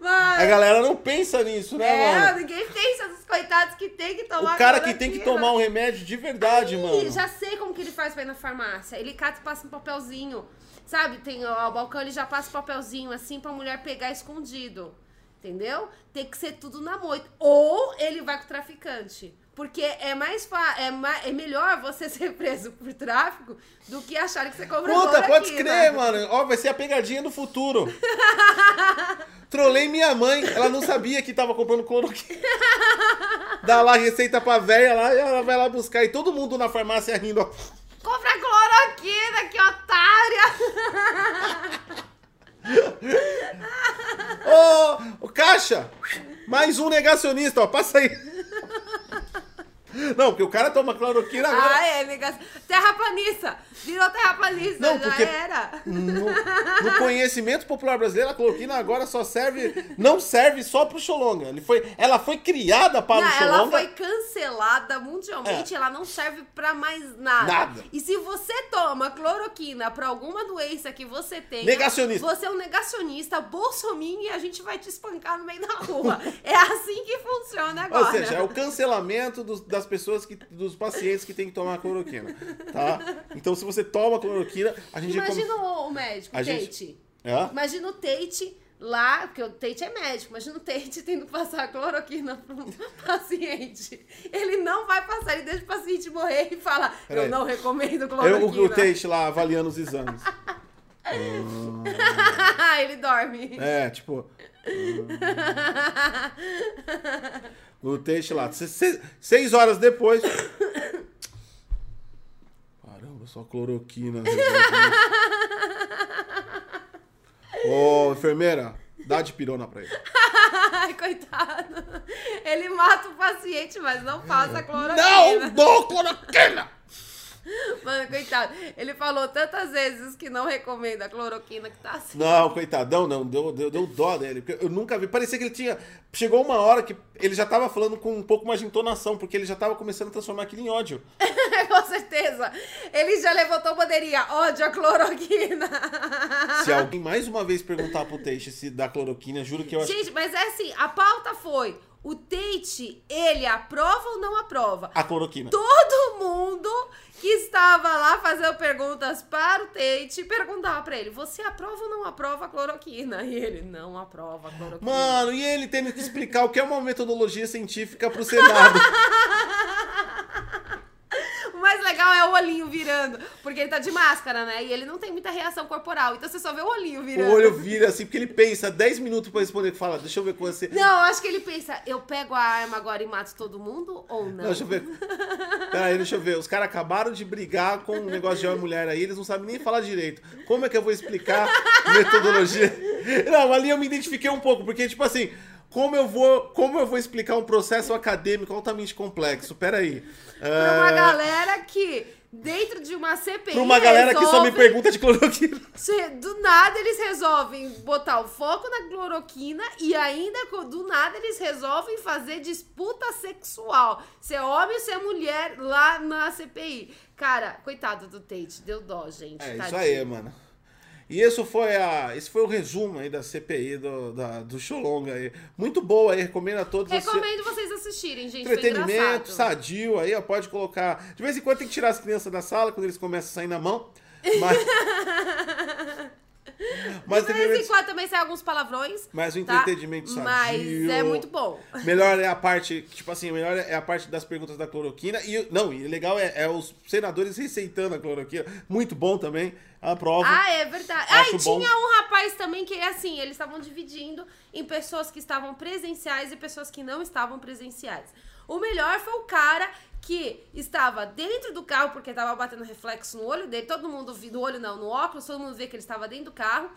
B: Mano,
A: a galera não pensa nisso, né,
B: é,
A: mano?
B: ninguém pensa dos coitados que tem que tomar
A: O cara que tem que tomar
B: cloroquina.
A: um remédio de verdade, mano.
B: Ih, já sei como que ele faz pra ir na farmácia. Ele cata e passa um papelzinho. Sabe, tem ó, o balcão, ele já passa o papelzinho assim pra mulher pegar escondido. Entendeu? Tem que ser tudo na moita. Ou ele vai com o traficante. Porque é mais fa- é, ma- é melhor você ser preso por tráfico do que achar que você comprou
A: Puta, pode
B: cloroquina.
A: crer, mano. Ó, vai ser a pegadinha do futuro. Trolei minha mãe, ela não sabia que tava comprando cloroquina. Dá lá a receita pra velha lá e ela vai lá buscar. E todo mundo na farmácia rindo, ó.
B: Compra cloroquina, né? que otária!
A: Ô, ô, caixa! Mais um negacionista, ó, passa aí. Não, porque o cara toma cloroquina agora.
B: Ah, é, nega. Terraplanista! Virou terraplanista,
A: Não,
B: já
A: porque-
B: era.
A: No, no conhecimento popular brasileiro, a cloroquina agora só serve, não serve só pro Xolonga. Ele foi, ela foi criada para
B: Não,
A: o Xolonga.
B: ela foi cancelada mundialmente, ela não serve pra mais nada.
A: É. Nada.
B: E se você toma cloroquina pra alguma doença que você tem,
A: Negacionista.
B: você é um negacionista, bolsominho e a gente vai te espancar no meio da rua. é assim que funciona agora.
A: Ou seja, é o cancelamento dos- das pessoas que. dos pacientes que têm que tomar cloroquina. Tá? Então se você toma cloroquina, a gente. É?
B: Imagina o o médico,
A: A
B: Tate.
A: gente- Hã?
B: Imagina o Tate lá, porque o Tate é médico, imagina o Tate tendo que passar cloroquina para um paciente. Ele não vai passar, ele deixa o paciente morrer e fala, eu
A: Peraí.
B: não recomendo
A: Eu,
B: cloroquina.
A: o, o Teixe lá avaliando os exames.
B: ele dorme.
A: É, tipo, o Teixe lá. Se- se- seis horas depois. Caramba, só cloroquina. meu Deus. Ô, enfermeira, dá de pirona pra ele.
B: Ai, coitado. Ele mata o paciente, mas não passa cloroquina.
A: Não dou cloroquina!
B: Mano, coitado. Ele falou tantas vezes que não recomenda a cloroquina que tá assim.
A: Não, coitadão, não, deu, deu, deu dó dele. porque Eu nunca vi. Parecia que ele tinha. Chegou uma hora que ele já tava falando com um pouco mais de entonação, porque ele já tava começando a transformar aquilo em ódio.
B: Com certeza. Ele já levantou bandeirinha. Ódio a cloroquina.
A: Se alguém mais uma vez perguntar pro Teixe se dá cloroquina, juro que eu acho.
B: Gente, mas é assim, a pauta foi: o Tate, ele aprova ou não aprova?
A: A cloroquina.
B: Todo mundo que estava lá fazendo perguntas para o Tate perguntava pra ele: você aprova ou não aprova a cloroquina? E ele não aprova a cloroquina.
A: Mano, e ele tendo que explicar o que é uma metodologia científica pro Senado.
B: O mais legal é o olhinho virando, porque ele tá de máscara, né? E ele não tem muita reação corporal, então você só vê o olhinho
A: o
B: virando.
A: olho vira assim, porque ele pensa 10 minutos pra responder. Fala, deixa eu ver com você.
B: Não, eu acho que ele pensa: eu pego a arma agora e mato todo mundo ou não?
A: Não, deixa eu ver. Peraí, deixa eu ver. Os caras acabaram de brigar com um negócio de homem e mulher aí, eles não sabem nem falar direito. Como é que eu vou explicar metodologia? Não, ali eu me identifiquei um pouco, porque, tipo assim, como eu vou, como eu vou explicar um processo acadêmico altamente complexo? Peraí.
B: Pra uma
A: Ah,
B: galera que, dentro de uma CPI.
A: pra uma galera que só me
B: resolve-
A: pergunta de cloroquina.
B: Cê- do nada eles resolvem botar o foco na cloroquina e ainda co- do nada eles resolvem fazer disputa sexual. Ser homem ou ser mulher lá na CPI. Cara, coitado do Tate, deu dó, gente.
A: É isso
B: tadinho.
A: aí, mano. E isso foi a, esse foi o resumo aí da CPI do, da, do Xolonga aí. Muito boa aí, recomendo a todos. vocês.
B: Recomendo vocês assistirem, gente. Foi
A: Entretenimento,
B: engraçado.
A: sadio, aí ó, pode colocar. De vez em quando tem que tirar as crianças da sala quando eles começam a sair na mão. Mas, Mas
B: de
A: tem
B: vez em
A: momentos-
B: quando também sai alguns palavrões.
A: Mas o
B: tá?
A: entretenimento sadio.
B: Mas é muito bom.
A: Melhor é a parte, tipo assim, melhor é a parte das perguntas da cloroquina. E, o- não, e o legal é, é os senadores receitando a cloroquina. Muito bom também. A prova.
B: Ah, é verdade. Ah,
A: Acho
B: e
A: bom.
B: tinha um rapaz também que, assim, eles estavam dividindo em pessoas que estavam presenciais e pessoas que não estavam presenciais. O melhor foi o cara que estava dentro do carro, porque estava batendo reflexo no olho dele, todo mundo viu, no olho não, no óculos, todo mundo vê que ele estava dentro do carro,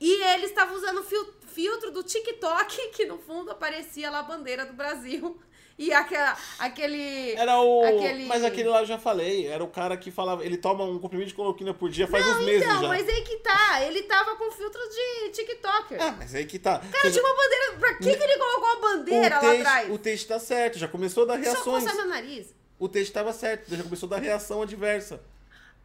B: e ele estava usando o fil- filtro do TikTok, que no fundo aparecia lá a bandeira do Brasil, e aquela, aquele...
A: Era o.
B: Aquele-
A: Mas aquele lá eu já falei. Era o cara que falava. Ele toma um comprimento de cloroquina por dia faz uns meses
B: Então,
A: já.
B: mas aí que tá, ele tava com filtro de TikToker.
A: Ah, mas aí que tá.
B: Cara, tinha uma bandeira. Pra que, que ele colocou a bandeira
A: o,
B: lá
A: texto,
B: atrás?
A: o texto tá certo, já começou a dar
B: Só
A: reações.
B: coçar meu nariz.
A: O texto tava certo, já começou a dar reação adversa.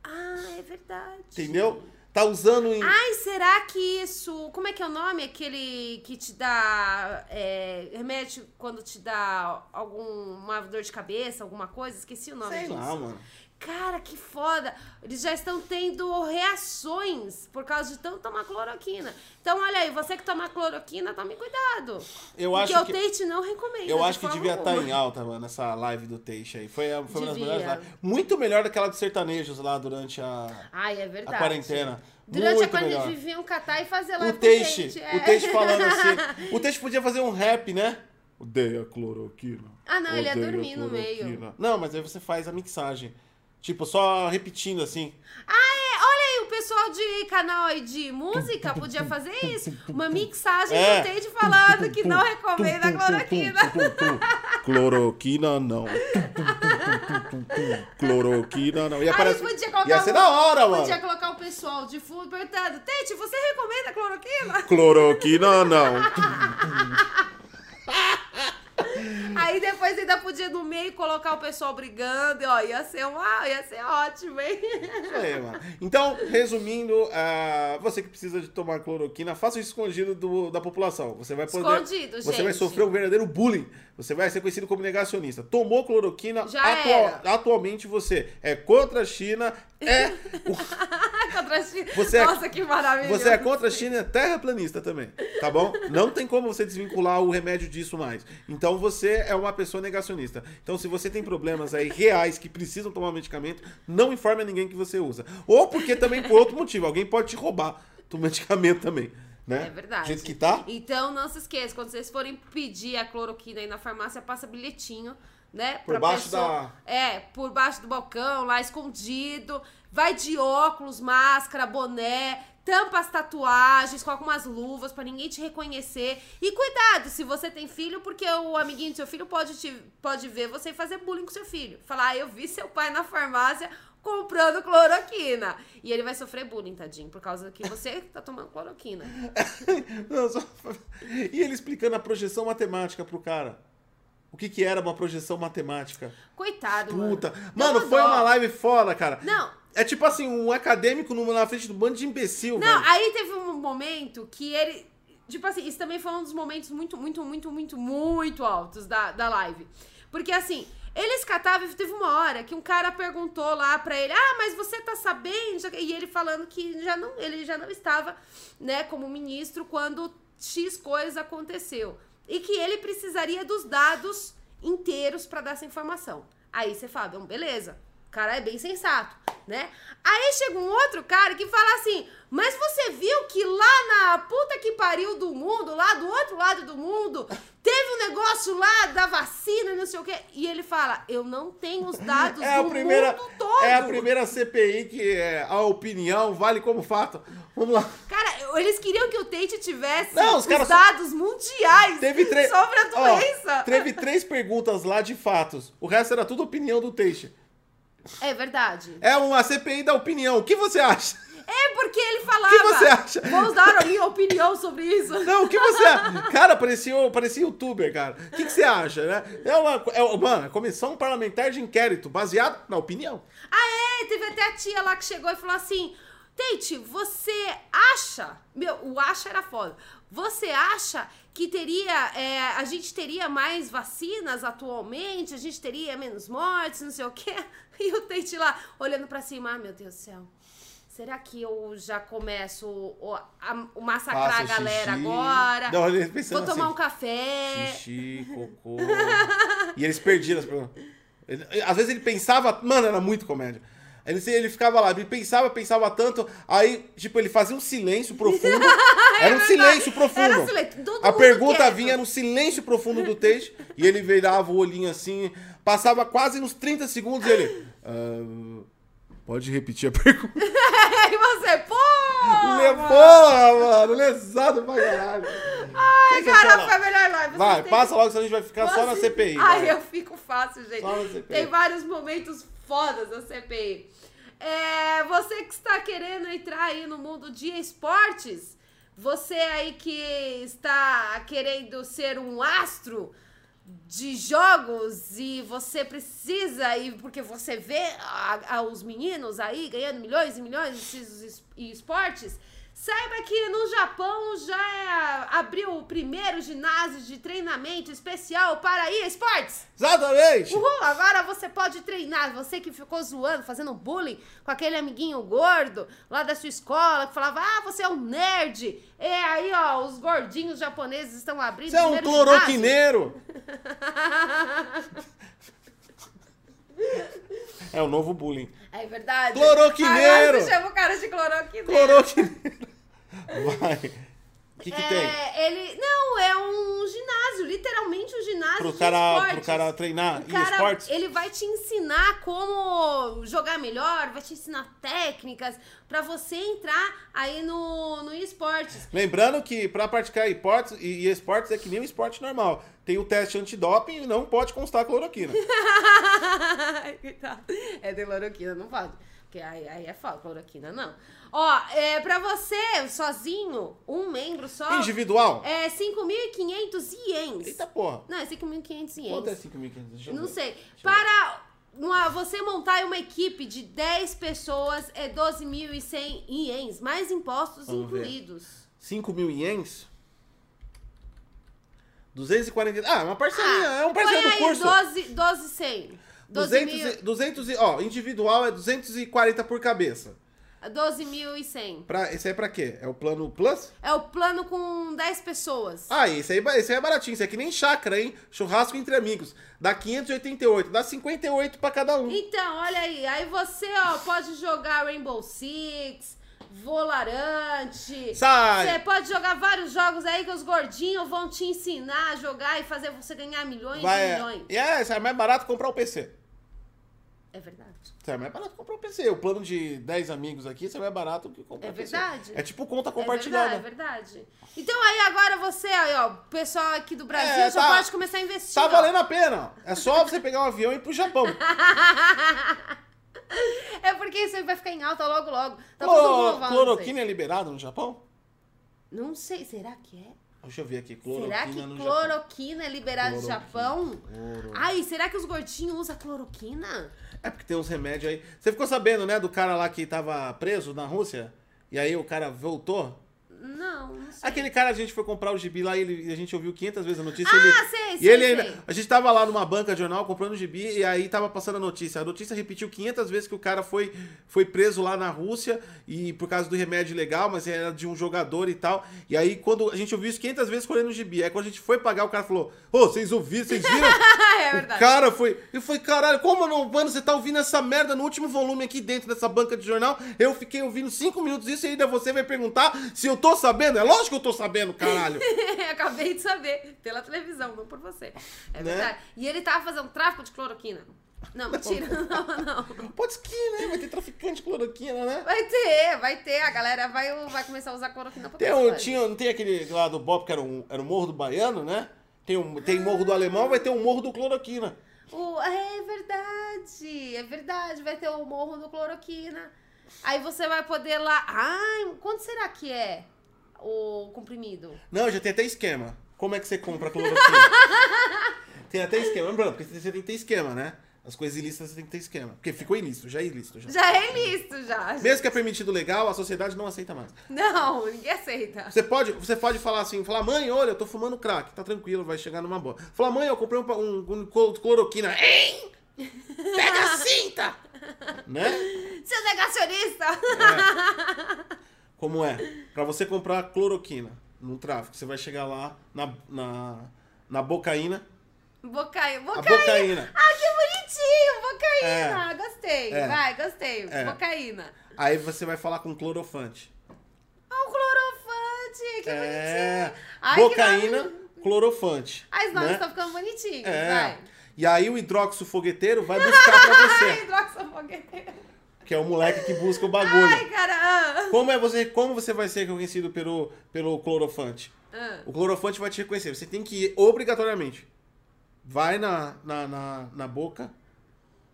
B: Ah, é verdade.
A: Entendeu? Tá usando em.
B: Ai, será que isso. Como é que é o nome? Aquele que te dá. é, remédio quando te dá alguma dor de cabeça, alguma coisa? Esqueci o nome
A: Sei
B: disso.
A: lá, mano.
B: Cara, que foda! Eles já estão tendo reações por causa de tanto tomar cloroquina. Então, olha aí, você que toma cloroquina, tome cuidado.
A: Eu
B: Porque
A: acho
B: o
A: que-
B: Tate não recomenda.
A: Eu
B: de
A: acho que
B: forma
A: devia tá estar
B: alguma.
A: em alta, mano, essa live do Teixe aí. Foi, a- foi uma das
B: Devia.
A: melhores lives. Muito melhor daquela dos sertanejos lá durante a,
B: Ai, é
A: a
B: verdade.
A: quarentena.
B: Durante
A: Muito
B: a quarentena
A: melhor.
B: eles viviam catar e fazer lá
A: O Teixe,
B: é.
A: o Teixe falando assim. O Teixe podia fazer um rap, né? Odeia cloroquina.
B: Ah, não, ele ia
A: odeia
B: dormir no meio.
A: cloroquina. Não, mas aí você faz a mixagem. Tipo, só repetindo assim.
B: É, Olha aí, o pessoal de canal aí de música podia fazer isso. Uma mixagem
A: É.
B: do Tate falando que não recomenda a cloroquina.
A: Cloroquina não. Tum, tum, tum, tum, tum. Cloroquina não. E
B: Aí
A: aparece.
B: podia colocar
A: Ia ser
B: um-
A: da hora, mano.
B: Podia colocar o pessoal de fundo perguntando, Tate, você recomenda a cloroquina?
A: Cloroquina não.
B: Aí depois ainda podia no meio colocar o pessoal brigando, e, ó, ia ser uma, ia ser ótimo, hein?
A: Isso aí, mano. Então, resumindo, ah, você que precisa de tomar cloroquina, faça isso escondido do- da população. Você vai poder.
B: Escondido,
A: Você vai
B: gente.
A: sofrer um verdadeiro bullying. Você vai ser conhecido como negacionista. Tomou cloroquina,
B: Já
A: atua- atualmente você é contra a China, é,
B: Contra a China.
A: Você é-
B: Nossa, que maravilha.
A: você é contra a China e é terraplanista também. Tá bom? Não tem como você desvincular o remédio disso mais. Então você é uma pessoa negacionista. Então, se você tem problemas aí reais que precisam tomar medicamento, não informe a ninguém que você usa. Ou porque também por outro motivo, alguém pode te roubar do medicamento também. Né?
B: É verdade.
A: Do jeito que tá.
B: Então não se esqueça, quando vocês forem pedir a cloroquina aí na farmácia, passa bilhetinho, né?
A: Por baixo
B: da. É, por baixo do balcão, lá escondido. Vai de óculos, máscara, boné, tampa as tatuagens, coloca umas luvas pra ninguém te reconhecer. E cuidado se você tem filho, porque o amiguinho do seu filho pode, te, pode ver você e fazer bullying com seu filho. Falar, ah, eu vi seu pai na farmácia comprando cloroquina. E ele vai sofrer bullying, tadinho, por causa que você tá tomando cloroquina.
A: Não, só- E ele explicando a projeção matemática pro cara. O que, que era uma projeção matemática?
B: Coitado,
A: Puta.
B: Dá
A: Mano, foi
B: dó.
A: uma live foda, cara.
B: Não.
A: É tipo assim, um acadêmico numa- na frente do bando de imbecil,
B: Não,
A: mano.
B: aí teve um momento que ele... Tipo assim, isso também foi um dos momentos muito, muito, muito, muito, muito altos da, da live. Porque assim, eles catavam e teve uma hora que um cara perguntou lá pra ele, ah, mas você tá sabendo? E ele falando que já não, ele já não estava, né, como ministro quando X coisa aconteceu. E que ele precisaria dos dados inteiros pra dar essa informação. Aí você fala, "Bom, beleza, o cara é bem sensato, né? Aí chega um outro cara que fala assim, mas você viu que lá na puta que pariu do mundo, lá do outro lado do mundo, teve um negócio lá da vacina, e não sei o quê. E ele fala, eu não tenho os dados
A: É a,
B: do
A: primeira,
B: mundo todo.
A: é a primeira CPI que é, a opinião vale como fato. Vamos lá.
B: Cara, eu- eles queriam que o Tate tivesse
A: Não, os
B: os,
A: caras só-
B: dados mundiais
A: Teve três.
B: sobre a
A: Ó,
B: doença.
A: teve três perguntas lá de fatos. O resto era tudo opinião do Teixe.
B: É verdade.
A: É uma CPI da opinião. O que você acha?
B: É porque ele falava.
A: O que você acha?
B: Vamos dar a minha opinião sobre isso.
A: Não, o que você acha? Cara, parecia, parecia youtuber, cara. O que, que você acha, né? É uma, é, uma- mano, a comissão parlamentar de inquérito, baseado na opinião.
B: Ah, é? Teve até a tia lá que chegou e falou assim: Tate, você acha. Meu, o acha era foda. Você acha que teria. é, a gente teria mais vacinas atualmente? A gente teria menos mortes, não sei o quê? E o Tate lá olhando pra cima: Ah, meu Deus do céu. Será que eu já começo o, a, o massacrar
A: Faça
B: a galera
A: xixi.
B: agora?
A: Não, eles pensando
B: Vou tomar
A: assim,
B: um café.
A: Xixi, cocô. e eles perdiam as perguntas. Ele- Às vezes ele pensava, mano, era muito comédia. Ele, se- ele ficava lá, ele pensava, pensava tanto, aí, tipo, ele fazia um silêncio profundo. Era um silêncio profundo.
B: É Era silêncio, todo
A: A
B: mundo
A: pergunta
B: quieto.
A: vinha no silêncio profundo do texto e ele virava o olhinho assim, passava quase uns 30 segundos e ele. "Ah, pode repetir a pergunta.
B: E você, pô!
A: Levou, mano, lesado pra caralho. Ai,
B: Cara, foi a melhor live. vocês
A: Vai,
B: têm-
A: passa logo, senão a gente vai ficar só na
B: Vocês-
A: CPI. vai.
B: assim? Ai, eu fico fácil, gente.
A: Só na CPI.
B: Tem vários momentos fodas da CPI. É, você que está querendo entrar aí no mundo de esportes, você aí que está querendo ser um astro de jogos e você precisa e porque você vê a- a- os meninos aí ganhando milhões e milhões nesses es- e esportes saiba que no Japão já é- abriu o primeiro ginásio de treinamento especial para esportes
A: Exatamente!
B: Uhul, agora você pode treinar. Você que ficou zoando, fazendo bullying com aquele amiguinho gordo lá da sua escola, que falava, ah, você é um nerd. É aí, ó, os gordinhos japoneses estão abrindo
A: Você é
B: o
A: um
B: primeiro
A: cloroquineiro!
B: ginásio.
A: É o novo bullying.
B: É verdade.
A: Cloroquineiro.
B: Agora você chama o cara de cloroquineiro.
A: Cloroquineiro! Vai! O que, que tem?
B: É, ele... Não, é um ginásio, literalmente um ginásio
A: Pro
B: de
A: cara, pro
B: esportes.
A: cara treinar
B: O
A: e
B: cara, é-
A: esportes?
B: ele vai te ensinar como jogar melhor, vai te ensinar técnicas pra você entrar aí no, no esportes.
A: Lembrando que pra praticar esportes, e, e esportes é que nem um esporte normal. Tem o teste antidoping e não pode constar cloroquina.
B: Coitado. é de cloroquina, não pode. Porque aí, aí é foda, cloroquina não. Ó, é, pra você, sozinho, um membro só,
A: Individual?
B: é 5.500 ienes.
A: Eita porra!
B: Não, é 5.500 ienes.
A: Quanto é 5.500? Deixa eu
B: Não
A: ver.
B: sei.
A: eu
B: Para uma- você montar uma equipe de 10 pessoas é 12.100 ienes, mais impostos
A: Vamos ver.
B: incluídos.
A: 5 mil ienes? 240. Ah, uma parcelinha, é um
B: põe
A: parceiro do
B: aí
A: curso.
B: 12, 12.100.
A: 200,
B: 12.000,
A: e- 200 e- ó, individual é 240 por cabeça.
B: 12.100.
A: Pra, esse aí é pra quê? É o plano Plus?
B: É o plano com 10 pessoas.
A: Ah, esse aí, ba- esse aí é baratinho, isso é que nem chácara, hein? Churrasco entre amigos. Dá 588, dá 58 pra cada um.
B: Então, olha aí. Aí você, ó, pode jogar Rainbow Six, Volarante. Você
A: Sai!
B: pode jogar vários jogos aí que os gordinhos vão te ensinar a jogar e fazer você ganhar milhões e
A: Vai,
B: milhões.
A: é, isso aí é mais barato comprar o PC.
B: É verdade.
A: Isso aí é mais barato comprar o PC. O plano de 10 amigos aqui, isso é mais barato que comprar
B: É
A: o PC.
B: verdade.
A: É tipo conta
B: É
A: compartilhada.
B: verdade, é verdade. Então aí agora você, aí, ó, o pessoal aqui do Brasil
A: É,
B: já
A: tá-
B: pode começar a investir.
A: Tá
B: ó. Tá
A: valendo a pena. ó. É só você pegar um avião e ir pro Japão.
B: É porque isso aí vai ficar em alta logo, logo. Tá todo
A: Cloro-
B: mundo falando
A: cloroquina é liberada no Japão?
B: isso aí. Não sei, será que é?
A: Deixa eu ver aqui. Cloroquina
B: Será que
A: no Japão.
B: cloroquina é liberada no
A: Cloroquina.
B: Japão?
A: Cloro-
B: Ai, será que os gordinhos usam cloroquina?
A: É porque tem uns remédios aí. Você ficou sabendo, né, do cara lá que tava preso na Rússia? E aí o cara voltou?
B: Não, não sei.
A: Aquele cara, a gente foi comprar o gibi lá e ele- e a gente ouviu 500 vezes a notícia.
B: Ah,
A: ele,
B: sei,
A: e
B: sei,
A: ele ainda-
B: sei.
A: A gente tava lá numa banca de jornal comprando gibi e aí tava passando a notícia. A notícia repetiu 500 vezes que o cara foi, foi preso lá na Rússia e por causa do remédio legal, mas era de um jogador e tal. E aí quando a gente ouviu isso 500 vezes correndo o gibi. Aí quando a gente foi pagar, o cara falou: Ô, vocês ouviram, vocês viram?
B: Ah, é
A: O
B: verdade.
A: cara foi. Eu falei, caralho, como não, mano, você tá ouvindo essa merda no último volume aqui dentro dessa banca de jornal? Eu fiquei ouvindo cinco minutos isso e ainda você vai perguntar se eu tô sabendo. É lógico que eu tô sabendo, caralho.
B: Eu Acabei de saber, pela televisão, não por você. É
A: Né?
B: verdade. E ele tava fazendo tráfico de cloroquina. Não, mentira, não, não.
A: Pode que, né? Vai ter traficante de cloroquina, né?
B: Vai ter, vai ter. A galera vai, vai começar a usar cloroquina pra
A: Tem
B: outras
A: um,
B: coisas.
A: tinha, não tem aquele lá do Bob que era, um, era o Morro do Baiano, né? Tem, um, tem Morro do Alemão, vai ter um Morro do Cloroquina.
B: O- é verdade, é verdade. Vai ter o morro do cloroquina. Aí você vai poder lá. Ai, quanto será que é o comprimido?
A: Não, já tem até esquema. Como é que você compra cloroquina? tem até esquema. Lembrando, porque você tem que ter esquema, né? As coisas ilícitas você tem que ter esquema. Porque ficou ilícito, já é ilícito. Já.
B: Já é ilícito, já.
A: Mesmo que é permitido legal, a sociedade não aceita mais.
B: Não, ninguém aceita.
A: Você pode, você pode falar assim, falar, mãe, olha, eu tô fumando crack, tá tranquilo, vai chegar numa boa. Falar, mãe, eu comprei um, pa- um, um cloro- cloroquina. Hein? Pega a cinta! né? É.
B: Seu negacionista!
A: Como é? Pra você comprar cloroquina no tráfico, você vai chegar lá na, na, na bocaína.
B: Bocaína.
A: A
B: Bocaína.
A: bocaína.
B: Ah, que bonitinho! Bocaína! Gostei.
A: É.
B: Vai, gostei.
A: É.
B: Bocaína.
A: Aí você vai falar com clorofante.
B: Ah, o clorofante! Que
A: é.
B: bonitinho! Ai, que
A: bocaína,
B: nome-
A: clorofante.
B: Ai, os nomes
A: né?
B: estão ficando bonitinhos.
A: É.
B: Vai.
A: E aí o hidróxido fogueteiro vai buscar pra
B: Ai,
A: você,
B: hidroxafogueira.
A: que é o moleque que busca o bagulho.
B: Ai, cara. ah,
A: Como é você, como você vai ser reconhecido pelo pelo clorofante?
B: ah.
A: O clorofante vai te reconhecer. Você tem que ir obrigatoriamente. Vai na na, na, na boca,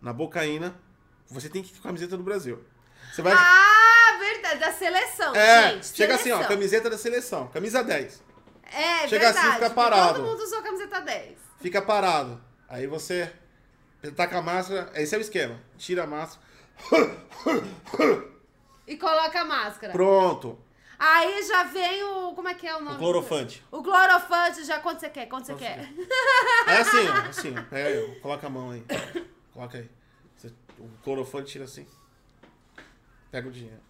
A: na bocaína. Você tem que ir com a camiseta do Brasil. Você vai
B: Ah, verdade. Da seleção,
A: É,
B: gente.
A: chega assim, ó,
B: seleção.
A: camiseta da seleção, camisa 10.
B: É,
A: chega assim,
B: verdade.
A: fica
B: porque
A: parado.
B: Todo mundo usou camiseta 10.
A: Fica parado. Aí você tá com a máscara, esse é o esquema. Tira a máscara.
B: E coloca a máscara.
A: Pronto.
B: Aí já vem o. Como é que é o nome?
A: O clorofante.
B: O clorofante já quando você quer, quando você quer.
A: É assim, ó, assim, ó. Pega aí, ó. coloca a mão aí. Coloca aí. Você- o clorofante tira assim. Pega o dinheiro.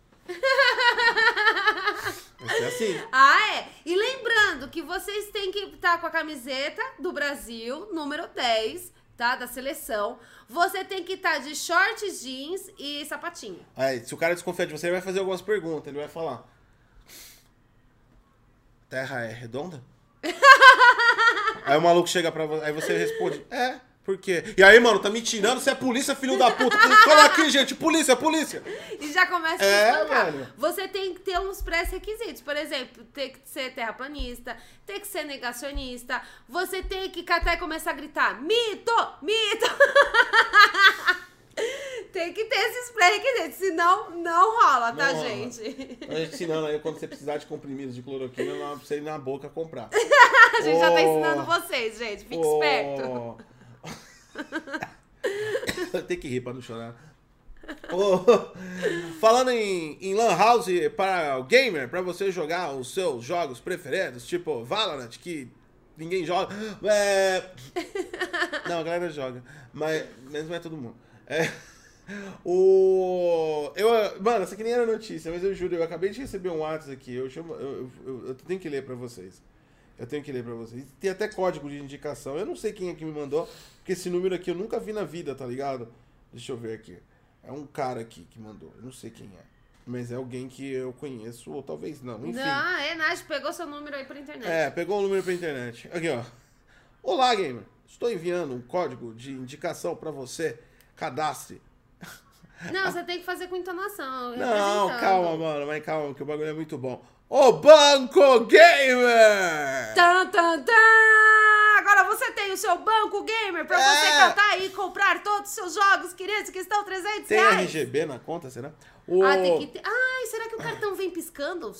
A: Vai ser assim.
B: Ah, é? E lembrando que vocês têm que estar com a camiseta do Brasil, número 10, tá? Da seleção. Você tem que estar de short jeans e sapatinho.
A: Aí, se o cara desconfiar de você, ele vai fazer algumas perguntas. Ele vai falar: Terra é redonda? aí o maluco chega pra você. Aí você responde: É, por quê? E aí, mano, tá me tirando? Você é polícia, filho da puta. Cola aqui, gente. Polícia, polícia.
B: E já começa a
A: É,
B: espancar.
A: velho.
B: Você tem que ter uns pré-requisitos. Por exemplo, ter que ser terraplanista, ter que ser negacionista. Você tem que catar e começar a gritar: mito! Mito! tem que ter esses pré-requisitos. Senão, não rola, tá,
A: Não rola.
B: gente?
A: A gente ensinando aí quando você precisar de comprimidos de cloroquina, não precisa ir na boca comprar.
B: A gente já tá ensinando
A: você.
B: vocês, gente. Fique esperto.
A: Tem que rir pra não chorar. Ô, Falando em, em Lan House para o gamer, pra você jogar os seus jogos preferidos, tipo Valorant, que ninguém joga. É... Não, a galera joga, mas, mas não é todo mundo. É, O... Eu, mano, essa aqui nem era notícia, mas eu juro, eu acabei de receber um WhatsApp aqui. Eu, chamo, eu, eu, eu tenho que ler pra vocês. Eu tenho que ler pra vocês. Tem até código de indicação. Eu não sei quem é que me mandou, porque esse número aqui eu nunca vi na vida, tá ligado? Deixa eu ver aqui. É um cara aqui que mandou. Eu não sei quem é. Mas é alguém que eu conheço, ou talvez não. Enfim.
B: Não, é, Nath, pegou seu número aí pra internet.
A: É, pegou o número pela internet. Aqui, ó. Olá, gamer. Estou enviando um código de indicação pra você. Cadastre.
B: Não, você tem que fazer com entonação.
A: Não,
B: representando.
A: calma, mano. Mas calma, que o bagulho é muito bom. O Banco Gamer!
B: Tan, tan, tan! Agora você tem o seu banco gamer pra você
A: É.
B: catar e comprar todos os seus jogos, queridos, que estão 300
A: Tem
B: reais.
A: RGB na conta, será? O...
B: Ah, tem que ter. Ai, será que o cartão vem piscando?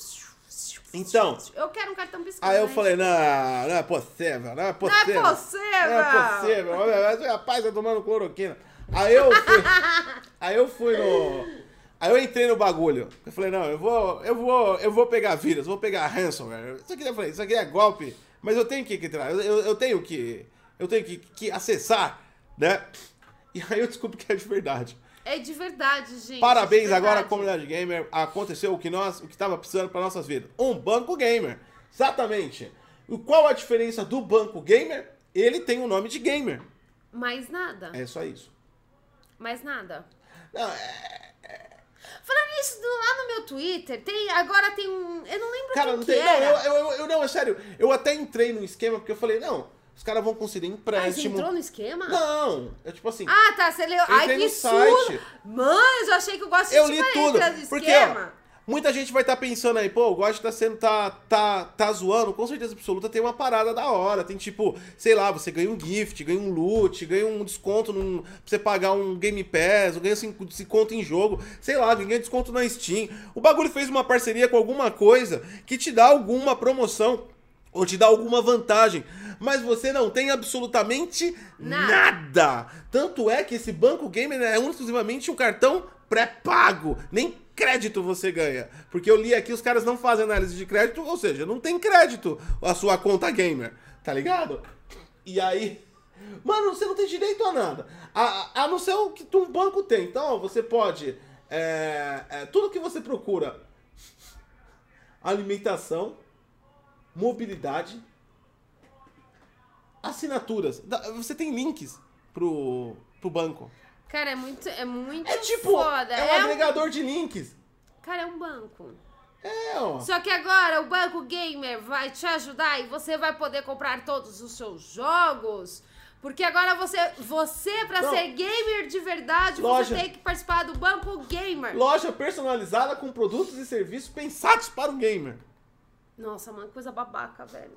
A: Então.
B: Eu quero um cartão piscando.
A: Aí eu
B: né?
A: falei, não, não é possível, é não é
B: Não é
A: possível.
B: possível!
A: Não é possível. Olha, mas, Rapaz, tá tomando cloroquina. Aí eu fui. aí eu fui no. Aí eu entrei no bagulho. Eu falei, não, eu vou. Eu vou. Eu vou pegar vírus, vou pegar ransomware. Isso aqui eu falei, isso aqui é golpe. Mas eu tenho que entrar. Eu, eu- eu tenho que. Eu tenho que, que acessar, né? E aí eu descubro que é de verdade.
B: É de verdade, gente.
A: Parabéns
B: é de
A: agora,
B: verdade.
A: comunidade gamer. Aconteceu o que nós, o que estava precisando para nossas vidas. Um banco gamer. Exatamente. E qual a diferença do banco gamer? Ele tem o nome de gamer.
B: Mais nada.
A: É só isso.
B: Mais nada.
A: Não, é-
B: Falando nisso, do- lá no meu Twitter, tem, agora tem um. Eu não lembro
A: cara,
B: quem
A: não
B: que
A: tem. Não,
B: era.
A: eu, eu, eu- eu- não, é sério. Eu até entrei no esquema porque eu falei, não, os caras vão conseguir
B: Ah, você
A: empréstimo.
B: entrou no esquema?
A: é, não, é tipo assim.
B: Ah, tá, você leu. Ai,
A: entrei
B: que
A: no
B: surdo.
A: site.
B: Mano, eu já achei que eu gosto de
A: Eu li
B: tipo,
A: tudo.
B: entra no
A: Porque, ó,
B: esquema.
A: muita gente vai estar pensando aí, pô, o Gosto tá sendo, tá, tá, tá zoando. Com certeza absoluta tem uma parada da hora. Tem tipo, sei lá, você ganha um gift, ganha um loot, ganha um desconto num, pra você pagar um Game Pass, ou ganha cinco- desconto em jogo, sei lá, ganha desconto na Steam. O bagulho fez uma parceria com alguma coisa que te dá alguma promoção. Ou te dá alguma vantagem, mas você não tem absolutamente
B: Nada.
A: nada. Nada! Tanto é que esse banco gamer é exclusivamente um cartão pré-pago. Nem crédito você ganha. Porque eu li aqui, os caras não fazem análise de crédito, ou seja, não tem crédito a sua conta gamer. Tá ligado? E aí. Mano, você não tem direito a nada. A, a não ser o que um banco tem. Então, você pode. é, é, tudo que você procura: alimentação, mobilidade, assinaturas. Da- Você tem links pro, pro banco.
B: Cara, é muito, é muito
A: É tipo.
B: foda.
A: É um
B: É um-
A: agregador de links.
B: Cara, é um banco.
A: É, ó.
B: Só que agora o Banco Gamer vai te ajudar e você vai poder comprar todos os seus jogos. Porque agora você, você para
A: Não.
B: ser gamer de verdade,
A: Loja.
B: você tem que participar do Banco Gamer.
A: Loja personalizada com produtos e serviços pensados para o gamer.
B: Nossa, mano, coisa babaca, velho.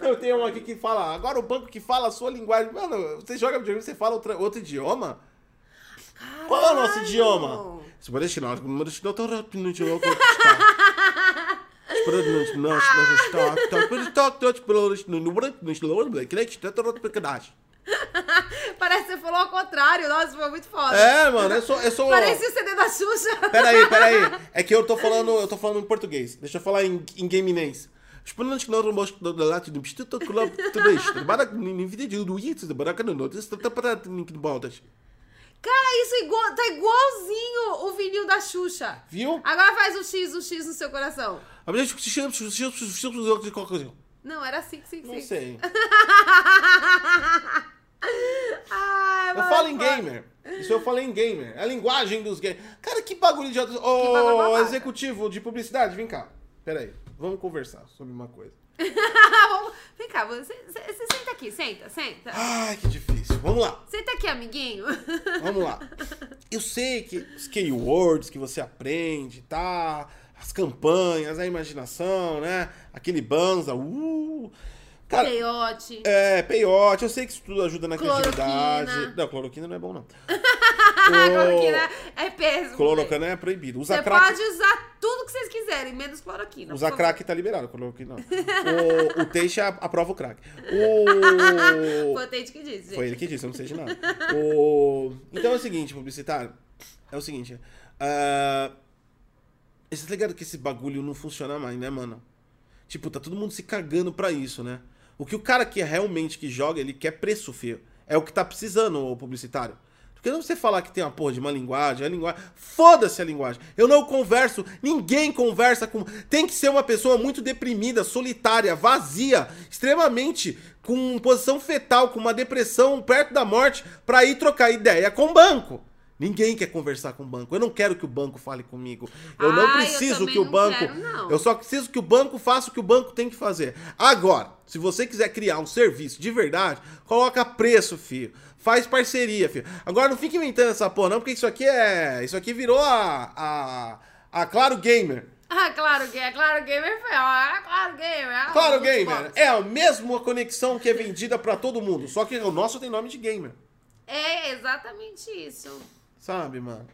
A: Eu tenho um aqui que fala, agora o banco que fala a sua linguagem. Mano, você joga videogame, você fala outra- outro idioma?
B: Caralho.
A: Qual é o nosso idioma? Você pode ensinar, você pode ensinar, você pode ensinar, você pode ensinar. Você pode ensinar, você pode ensinar, você pode ensinar, você pode ensinar, você pode ensinar, você pode ensinar.
B: Parece que você falou ao contrário. Nossa, foi muito foda.
A: É, mano, eu sou... Eu sou...
B: Parece um- o CD da Xuxa.
A: Peraí, peraí. É que eu tô falando, eu tô falando em português. Deixa eu falar em, em gaminense. Os planos que nós vamos da lata do Instituto Club 3, trabalha em vida de Luiz, da Baracana Notas, trata para de baldas.
B: Cara, isso é igual, tá igualzinho o vinil da Xuxa.
A: Viu?
B: Agora faz o X, o X no seu coração.
A: A mulher que se chama, se chama, se chama, se chama, se chama, se chama.
B: Não, era assim que se
A: Não sei.
B: Ai,
A: Eu
B: mano,
A: falo em
B: foda.
A: gamer. Isso eu falei em gamer. É a linguagem dos gamers. Cara, que bagulho de.
B: bagulho
A: Ô,
B: babaca.
A: executivo de publicidade, vem cá. Peraí, vamos conversar sobre uma coisa.
B: Ah, vamos- Vem cá, você, você- você senta aqui, senta, senta.
A: Ai, que difícil. Vamos lá.
B: Senta aqui, amiguinho.
A: Vamos lá. Eu sei que os keywords que você aprende, tá? As campanhas, a imaginação, né? Aquele banza, uh. Cara,
B: Peiote.
A: é, peiote, eu sei que isso tudo ajuda na
B: Cloroquina.
A: criatividade. Não, cloroquina não é bom, não.
B: cloroquina é peso.
A: Cloroquina é proibido. Usa
B: Você
A: crack.
B: pode usar tudo que vocês quiserem, menos cloroquina.
A: Usar
B: por favor.
A: crack tá liberado, cloroquina não. O, o Teixe a- aprova o crack. O...
B: Foi o Tate que disse, gente.
A: Foi ele que disse, eu não sei de nada. O- Então é o seguinte, publicitário. É o seguinte. ah, Vocês tá ligado que esse bagulho não funciona mais, né, mano? Tipo, tá todo mundo se cagando pra isso, né? O que o cara que é realmente que joga, ele quer preço, filho. É o que tá precisando, o publicitário. Porque não você falar que tem uma porra de uma linguagem, a linguagem. Foda-se a linguagem. Eu não converso, ninguém conversa com. Tem que ser uma pessoa muito deprimida, solitária, vazia, extremamente com posição fetal, com uma depressão perto da morte, pra ir trocar ideia com o banco. Ninguém quer conversar com o banco. Eu não quero que o banco fale comigo. Eu não
B: Ah, eu
A: preciso
B: também
A: que o
B: não
A: banco.
B: quero, não.
A: Eu só preciso que o banco faça o que o banco tem que fazer. Agora, se você quiser criar um serviço de verdade, coloca preço, filho. Faz parceria, filho. Agora não fique inventando essa porra, não, porque isso aqui é. Isso aqui virou a. a. a Claro Gamer.
B: Ah, claro, ga- claro, gamer foi. ó, Ah, claro, gamer. ah,
A: Claro
B: muito
A: Gamer
B: bom.
A: é a mesma conexão que é vendida pra todo mundo, só que o nosso tem nome de gamer.
B: É exatamente isso.
A: Sabe, mano?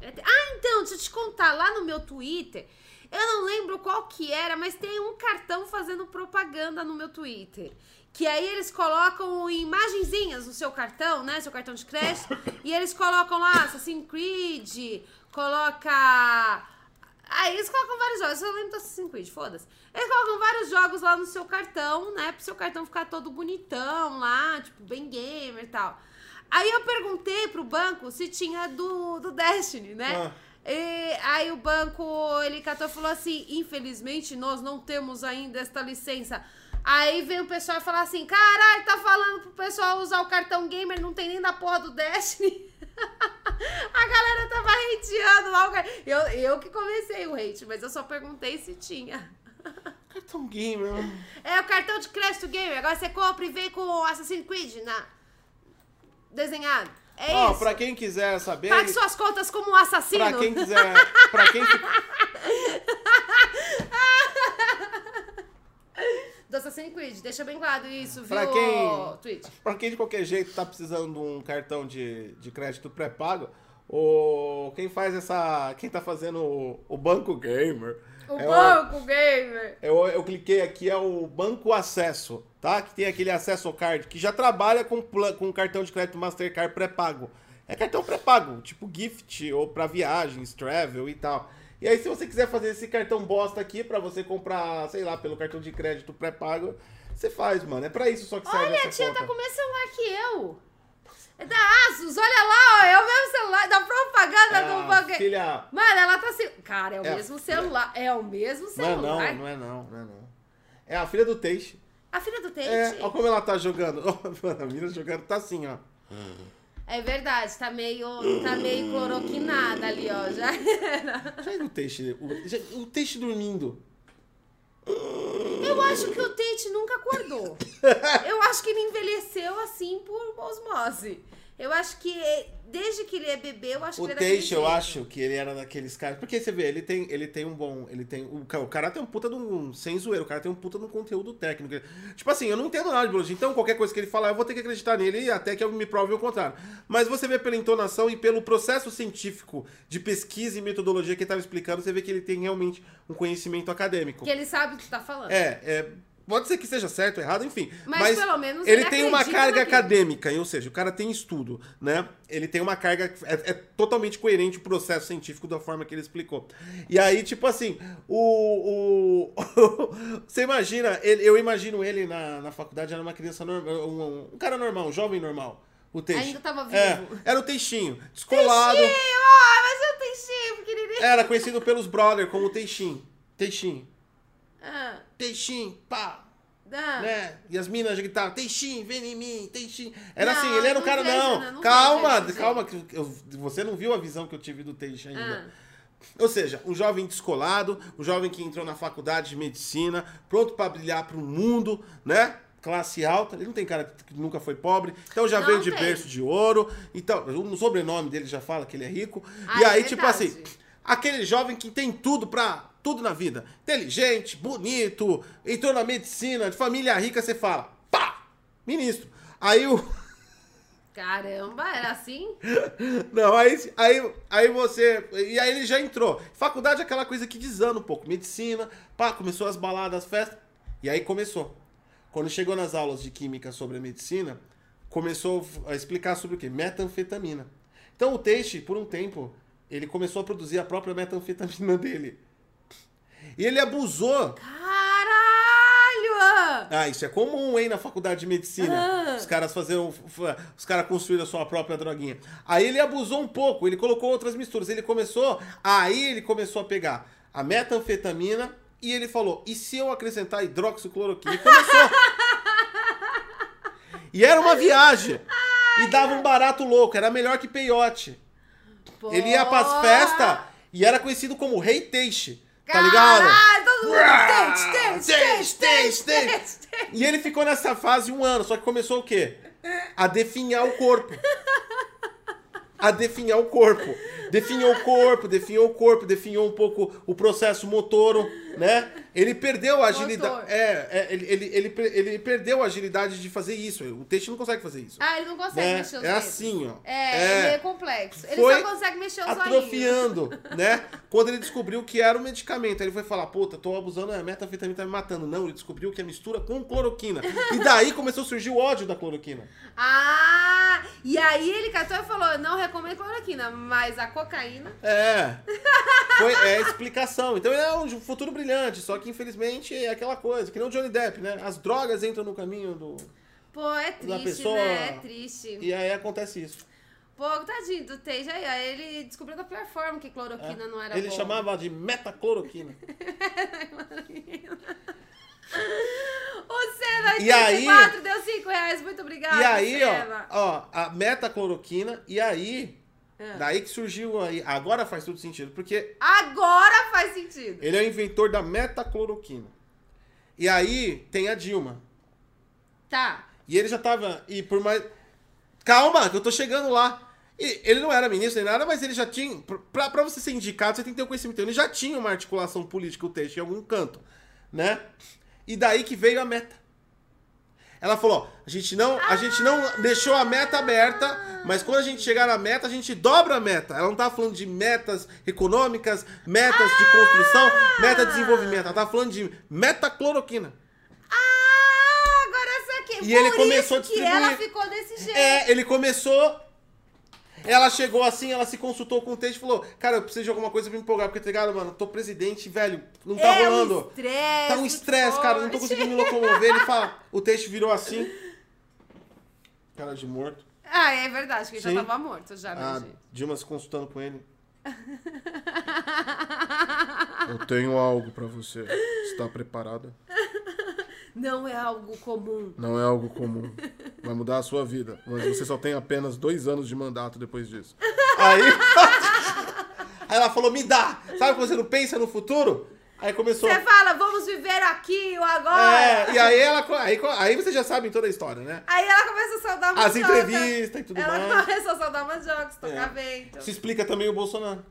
B: É te- Ah, então, deixa eu te contar, lá no meu Twitter, eu não lembro qual que era, mas tem um cartão fazendo propaganda no meu Twitter. Que aí eles colocam imagenzinhas no seu cartão, né? Seu cartão de crédito. e eles colocam lá Assassin's Creed, coloca. Aí eles colocam vários jogos. Eu só lembro do Assassin's Creed, foda-se. Eles colocam vários jogos lá no seu cartão, né? Pro seu cartão ficar todo bonitão lá, tipo, bem gamer e tal. Aí eu perguntei pro banco se tinha do, do Destiny, né? E aí o banco, ele catou e falou assim: infelizmente nós não temos ainda esta licença. Aí veio o pessoal e falar assim: caralho, tá falando pro pessoal usar o cartão gamer, não tem nem da porra do Destiny. A galera tava hateando lá o cara. Eu, eu que comecei o hate, mas eu só perguntei se tinha.
A: Cartão gamer. né?
B: É o cartão de crédito gamer. Agora você compra e vem com o Assassin's Creed na... desenhado. É
A: Ó,
B: isso.
A: pra quem quiser saber.
B: Pague suas contas como um assassino.
A: Pra quem quiser. Pra quem.
B: Do Assassin's Creed. Deixa bem claro isso, viu?
A: Pra quem-
B: Twitch.
A: Pra quem de qualquer jeito tá precisando de um cartão de, de crédito pré-pago, ou quem faz essa. Quem tá fazendo o, o Banco Gamer.
B: O
A: é
B: banco gamer.
A: eu, eu cliquei aqui, é o Banco Acesso, tá? Que tem aquele acesso ao card, que já trabalha com, pla- com cartão de crédito Mastercard pré-pago. É cartão pré-pago, tipo gift ou pra viagens, travel e tal. E aí, se você quiser fazer esse cartão bosta aqui pra você comprar, sei lá, pelo cartão de crédito pré-pago, você faz, mano. É pra isso só que serve
B: Olha,
A: essa
B: a tia
A: conta.
B: tá com o mesmo celular que eu. É da Asus, olha lá, ó, é o mesmo celular da propaganda do
A: Ah,
B: banco.
A: Filha,
B: Mano, ela tá se. Cara, é o
A: É.
B: mesmo celular. É o mesmo
A: não é
B: celular.
A: não, não é não, não é não. É a filha do Teixe.
B: A filha do Tate.
A: É, olha como ela tá jogando. Mano, a menina jogando tá assim, ó.
B: É verdade, tá meio, tá meio cloroquinada ali, ó. Já era.
A: Já viu o Teixe? O, já- o Teixe dormindo.
B: Eu acho que o Tate nunca acordou. Eu acho que ele envelheceu assim por osmose. Eu acho que eh, desde que ele é bebê, eu acho
A: O
B: que ele era
A: Teixe, eu
B: daquele
A: acho que ele era daqueles caras. Porque você vê, ele tem, ele tem um bom. Ele tem. O, ca- o cara tem um puta de um. Sem zoeiro, o cara tem um puta de um conteúdo técnico. Ele- Tipo assim, eu não entendo nada de biologia, então qualquer coisa que ele falar, eu vou ter que acreditar nele até que eu me prove o contrário. Mas você vê pela entonação e pelo processo científico de pesquisa e metodologia que ele tava explicando, você vê que ele tem realmente um conhecimento acadêmico.
B: jeito. Que ele sabe o que tá falando.
A: É, é, Pode ser que seja certo, errado, enfim.
B: Mas pelo menos
A: ele
B: ele
A: tem uma
B: acredita
A: carga
B: naquilo.
A: acadêmica, ou seja, o cara tem estudo, né? Ele tem uma carga. É, é totalmente coerente o processo científico da forma que ele explicou. E aí, tipo assim, o. o- você imagina, ele- eu imagino ele na, na faculdade, era uma criança normal, um, um cara normal, um jovem normal. O Teixe.
B: Ainda tava vivo.
A: É, era o Teixinho, descolado.
B: Teixinho, ai, mas eu Teixinho, pequenininho.
A: Era conhecido pelos brother como Teixinho. Teixinho.
B: Ah,
A: Teixinho, pá.
B: ah.
A: né? E as minas já gritavam, Teixin, vem em mim, Teixin. Era
B: Não,
A: assim, ele era um
B: não
A: cara,
B: vejo, né?
A: não.
B: não, não
A: calma,
B: vejo esse
A: calma, que eu- você não viu a visão que eu tive do Teixin ainda.
B: Ah.
A: Ou seja, um jovem descolado, um jovem que entrou na faculdade de medicina, pronto pra brilhar pro mundo, né? Classe alta, ele não tem cara que nunca foi pobre, então já
B: Não
A: veio de
B: tem.
A: berço de ouro, então o sobrenome dele já fala que ele é rico.
B: Ah,
A: e
B: é
A: aí, tipo
B: verdade.
A: assim, aquele jovem que tem tudo pra tudo na vida. Inteligente, bonito, entrou na medicina, de família rica, você fala, pá, ministro. Aí o.
B: Caramba, era assim?
A: Não, aí, aí, aí você. E aí ele já entrou. Faculdade é aquela coisa que desanda um pouco. Medicina, pá, começou as baladas, as festas. E aí começou. Quando chegou nas aulas de química sobre a medicina, começou a explicar sobre o quê? Metanfetamina. Então o Teixe, por um tempo, ele começou a produzir a própria metanfetamina dele. E ele abusou
B: Caralho! ah.
A: ah, isso é comum, hein, na faculdade de medicina.
B: Ah.
A: Os caras faziam. f- Os caras construíram a sua própria droguinha. Aí ele abusou um pouco, ele colocou outras misturas. Ele começou. Aí ele começou a pegar a metanfetamina e ele falou: e se eu acrescentar hidroxicloroquina? E começou. e era uma viagem. E dava um barato louco, era melhor que peiote. Ele ia pras
B: Porra!
A: festas e era conhecido como Rei Teixe. Tá ligado?
B: Caralho, todo mundo.
A: Uau!
B: Tente,
A: Tente,
B: tente, tente,
A: tente,
B: tente, tente.
A: E ele ficou nessa fase um ano, só que começou o quê? A definhar o corpo. A definhar o corpo. Definhou o corpo, definhou o corpo, definhou um pouco o processo motor, né? Ele perdeu a
B: Motor.
A: agilidade. É, é, ele, ele, ele, per- ele perdeu a agilidade de fazer isso. O texto não consegue fazer isso.
B: Ah, ele não consegue
A: né?
B: mexer os
A: É
B: dedos.
A: assim, ó.
B: É, ele é complexo. Ele
A: Foi
B: só consegue mexer os olhinhos.
A: atrofiando, né? Quando ele descobriu que era um medicamento, aí ele foi falar, puta, tô abusando, a metanfetamina tá me matando. Não, ele descobriu que é mistura com cloroquina. E daí começou a surgir o ódio da cloroquina.
B: Ah, e aí ele catou e falou, não recomendo cloroquina, mas a cocaína...
A: É. Foi, é a explicação. Então ele é um futuro brilhante, só que infelizmente é aquela coisa, que não Johnny Depp, né? As drogas entram no caminho do...
B: Pô, é
A: Da
B: triste,
A: pessoa-
B: né? É triste.
A: E aí acontece isso.
B: Pô, tadinho do Teja aí, ó, ele descobriu da pior forma que cloroquina não era
A: né? É, ele
B: bom.
A: chamava de metacloroquina.
B: O é Senna,
A: E aí-
B: 84, deu 5 reais, muito obrigada,
A: E aí, ó,
B: Senna.
A: ó, a metacloroquina, e aí,
B: É.
A: daí que surgiu aí, agora faz tudo sentido, porque
B: Agora faz sentido.
A: ele é o inventor da metacloroquina. E aí tem a Dilma.
B: Tá.
A: E ele já tava, e por mais... Calma, que eu tô chegando lá. E ele não era ministro nem nada, mas ele já tinha, pra, pra você ser indicado, você tem que ter o conhecimento. Ele já tinha uma articulação política, o texto, em algum canto, né? E daí que veio a meta. Ela falou, ó, a gente não, a gente não deixou a meta aberta, mas quando a gente chegar na meta, a gente dobra a meta. Ela não tá falando de metas econômicas, metas de construção, meta de desenvolvimento. Ela tá falando de metacloroquina.
B: Ah, agora essa aqui.
A: E ele
B: Por
A: começou a
B: isso que
A: distribuir.
B: ela ficou desse jeito.
A: É, ele começou. É, Ela chegou assim, ela se consultou com o texto e falou: Cara, eu preciso de alguma coisa pra me empolgar, porque tá ligado, mano? Tô presidente, velho, não tá
B: é Um
A: rolando.
B: estresse,
A: Tá um
B: muito
A: estresse, cara, não tô
B: forte.
A: conseguindo me locomover. Ele fala: O texto virou assim. Cara de morto.
B: Ah, é verdade, que ele já
A: Sim. Ah.
B: tava morto já, né,
A: A
B: gente?
A: Dilma se consultando com ele. Eu tenho algo pra você. Está preparada?
B: Não é algo comum.
A: Não é algo comum. Vai mudar a sua vida. Mas você só tem apenas dois anos de mandato depois disso. Aí, aí ela falou, me dá. Sabe quando você não pensa no futuro? Aí começou...
B: Você fala, vamos viver aqui o agora.
A: É, e aí ela... co- Aí, co- aí você já sabe toda a história, né?
B: Aí ela começa a saudar
A: As
B: mandioca.
A: entrevistas e tudo
B: Ela
A: mais.
B: começa a saudar mandioca, tocar
A: É.
B: vento.
A: Se explica também o Bolsonaro.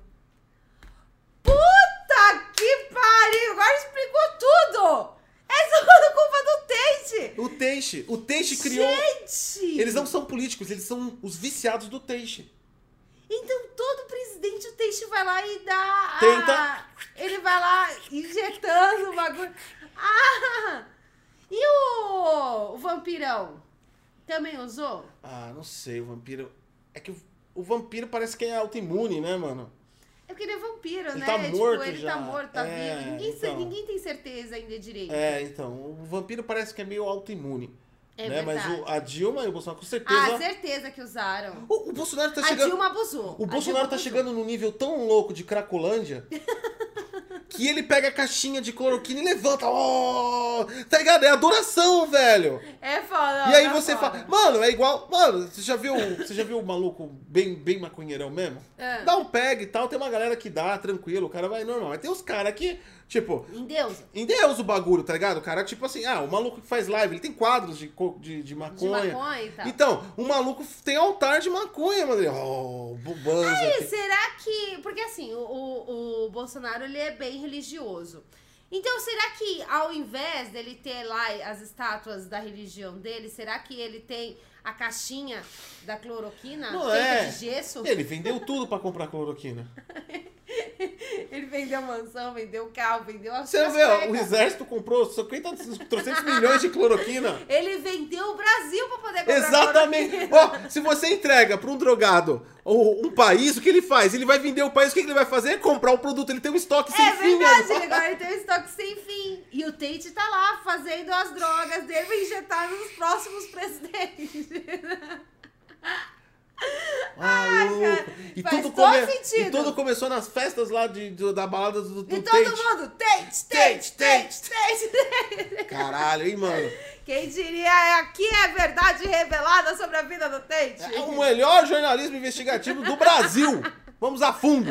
B: Puta que pariu! Agora explicou tudo! É tudo culpa do Tente!
A: O Teixe. O Teixe criou...
B: Gente!
A: Eles não são políticos, eles são os viciados do Teixe.
B: Então todo presidente, o Teixe vai lá e dá. a-
A: Tenta.
B: Ele vai lá injetando o bagulho. Ah! E o, o vampirão? Também usou?
A: Ah, não sei, o vampiro... É que o, o vampiro parece que é autoimune, né, mano?
B: É porque ele é vampiro,
A: Ele
B: né?
A: tá
B: É,
A: morto
B: tipo, ele
A: já.
B: tá morto, tá
A: É,
B: vivo. Ninguém, sa-
A: então.
B: ninguém tem certeza ainda direito.
A: É, então, o vampiro parece que é meio autoimune.
B: É
A: né? Mas
B: verdade.
A: o- a Dilma e o Bolsonaro, com certeza.
B: Ah, certeza que usaram.
A: o, o Bolsonaro tá
B: a
A: chegando.
B: Dilma abusou.
A: O
B: A
A: Bolsonaro
B: Dilma
A: tá
B: abusou.
A: chegando num nível tão louco de Cracolândia que ele pega a caixinha de cloroquina e levanta. Oh! Tá ligado? É adoração, velho!
B: É foda.
A: E aí
B: tá
A: você
B: foda.
A: fala, mano, é igual. Mano, você já viu, você já viu o maluco bem, bem maconheirão mesmo?
B: É.
A: Dá um peg e tal, tem uma galera que dá, tranquilo, o cara vai normal. Mas tem os caras que, tipo,
B: Em Deus.
A: em Deus o bagulho, tá ligado? O cara, tipo assim, ah, o maluco que faz live, ele tem quadros de, co- de, de
B: De
A: maconha.
B: maconha e tal.
A: Então, o maluco tem altar de maconha, mano. Ele, Oh, bubanza.
B: E será que. Porque assim, o, o, o Bolsonaro ele é bem religioso. Então, será que ao invés dele ter lá as estátuas da religião dele, será que ele tem a caixinha da cloroquina
A: Não
B: feita
A: é.
B: de gesso?
A: Ele vendeu tudo pra comprar cloroquina.
B: Ele vendeu mansão, vendeu carro, vendeu a
A: Você vê, o exército comprou 50, 300 milhões de cloroquina.
B: Ele vendeu o Brasil pra poder comprar
A: Exatamente.
B: cloroquina.
A: Ó, se você entrega pra um drogado ou um país, o que ele faz? Ele vai vender o país, o que que ele vai fazer? É comprar o produto. Ele tem um estoque sem
B: É
A: fim,
B: verdade,
A: mano.
B: agora ele tem um estoque sem fim. E o Tate tá lá fazendo as drogas dele pra injetar nos próximos presidentes.
A: Maluco. Ah, E
B: faz
A: tudo,
B: todo
A: come- e
B: sentido.
A: tudo começou nas festas lá de, do- da balada do, do
B: E todo
A: Tate.
B: mundo, Tate, Tate, Tate, Tate, Tate.
A: Caralho, hein, mano?
B: Quem diria, é aqui é a verdade revelada sobre a vida do Tate.
A: É o melhor jornalismo investigativo do Brasil. Vamos a fundo,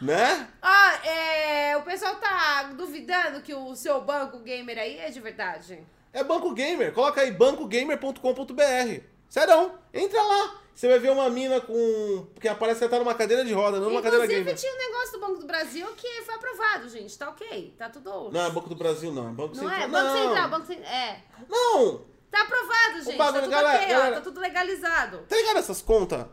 A: né?
B: Ah, é, o pessoal tá duvidando que o seu banco gamer aí é de verdade.
A: É Banco Gamer. Coloca aí bancogamer.com.br. Sério, entra lá. Você vai ver uma mina com. que parece que ela tá numa cadeira de roda, não numa cadeira
B: Inclusive,
A: gamer.
B: tinha um negócio do Banco do Brasil que foi aprovado, gente. Tá ok, tá tudo...
A: Não, é Banco do Brasil, não. É Banco
B: Não
A: Central.
B: é?
A: não.
B: Banco Central, Banco Central. É.
A: Não!
B: Tá aprovado, gente.
A: bagulho,
B: tá tudo
A: galera,
B: ok,
A: galera.
B: ó. Tá tudo legalizado.
A: Tá ligado essas contas?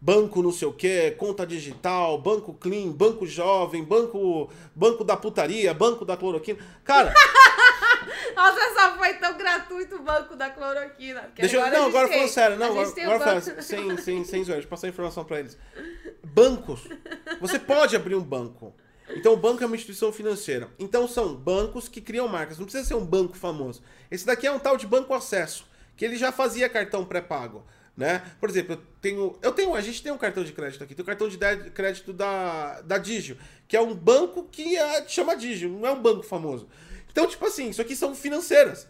A: Banco não sei o que, conta digital, banco clean, banco jovem, banco banco da putaria, banco da cloroquina. Cara,
B: Nossa, essa foi tão gratuito o banco da cloroquina. porque
A: Deixa eu-
B: agora a
A: não,
B: gente
A: agora
B: tem-
A: falando sério, não,
B: a gente
A: agora,
B: tem o
A: agora falando
B: banco-
A: sério, sem, sem, sem zoeira, deixa eu passar a informação pra eles. Bancos. Você pode abrir um banco. Então, o banco é uma instituição financeira. Então, são bancos que criam marcas. Não precisa ser um banco famoso. Esse daqui é um tal de banco acesso, que ele já fazia cartão pré-pago. Né? Por exemplo, eu tenho, eu tenho. A gente tem um cartão de crédito aqui, tem o cartão de dé- crédito da, da Digio, que é um banco que é, chama Digio, não é um banco famoso. Então, tipo assim, isso aqui são financeiras.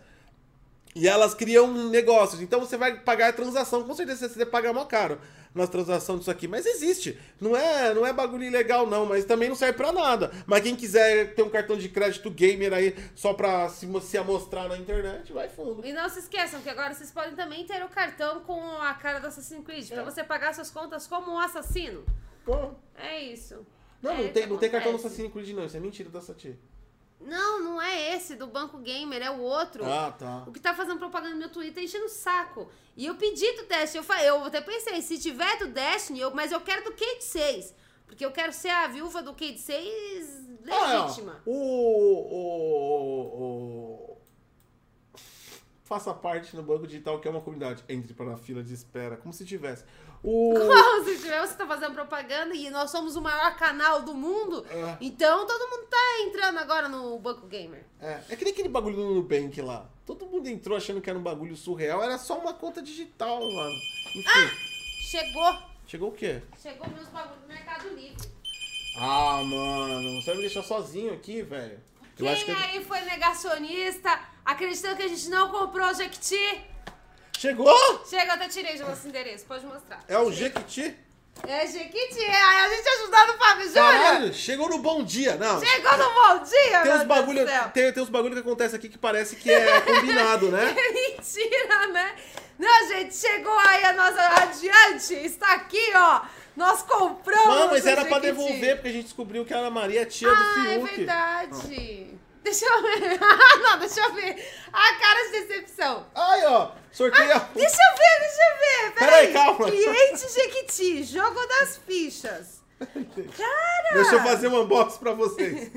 A: E elas criam negócios. Então você vai pagar a transação. Com certeza você vai pagar mó caro nas transações disso aqui. Mas existe. Não é, não é bagulho ilegal, não. Mas também não serve pra nada. Mas quem quiser ter um cartão de crédito gamer aí só pra se, mo- se amostrar na internet, vai fundo.
B: E não se esqueçam que agora vocês podem também ter o cartão com a cara do Assassin's Creed,
A: É.
B: pra você pagar suas contas como um assassino.
A: Pô.
B: É isso.
A: Não,
B: É
A: não,
B: isso
A: tem,
B: que
A: não tem cartão do
B: acontece.
A: Assassin's Creed, não. Isso é mentira da Sati.
B: Não, não é esse do Banco Gamer, é o outro.
A: Ah, tá.
B: O que tá fazendo propaganda no meu Twitter é enchendo o saco. E eu pedi do Destiny, eu, fa- eu até pensei, se tiver do Destiny, eu- mas eu quero do Kate 6. Porque eu quero ser a viúva do Kate 6
A: Ah,
B: legítima.
A: é, ó. o, o, o, o. faça parte no Banco Digital, que é uma comunidade. Entre para a fila de espera, como se tivesse. O...
B: Como se tiver, você tá fazendo propaganda e nós somos o maior canal do mundo.
A: É.
B: Então todo mundo tá entrando agora no Banco Gamer.
A: É, é que nem aquele bagulho do Nubank lá. Todo mundo entrou achando que era um bagulho surreal, era só uma conta digital, mano. Enfim,
B: Chegou.
A: chegou o quê?
B: Chegou meus bagulho do Mercado Livre.
A: Ah, mano, você vai me deixar sozinho aqui, velho. Eu acho que.
B: Quem é? aí foi negacionista, acreditando que a gente não comprou o Jequiti?
A: Chegou!
B: Chega, eu até tirei do nosso endereço, pode mostrar.
A: É o Jequiti?
B: É Jequiti, é a gente ajudando o Fábio Júnior.
A: Caralho, chegou no bom dia, não.
B: Chegou no bom dia,
A: Tem
B: meu
A: uns,
B: Deus
A: bagulho,
B: do céu.
A: tem, tem uns bagulho que acontece aqui que parece que é combinado, né?
B: É mentira, né? Não, gente, chegou aí a nossa radiante, está aqui, ó. Nós compramos
A: Não, mas
B: o
A: era pra
B: Jequiti.
A: devolver, porque a gente descobriu que a Ana Maria é tia do
B: Ah, é
A: Fiuk.
B: verdade. Deixa eu ver. Ah, não, deixa eu ver. A cara de decepção.
A: Ai, ó, sorteia. um.
B: Deixa eu ver, deixa eu ver.
A: Peraí,
B: Peraí,
A: calma.
B: Cliente Jequiti, jogo das fichas. Cara!
A: Deixa eu fazer um unboxing pra vocês.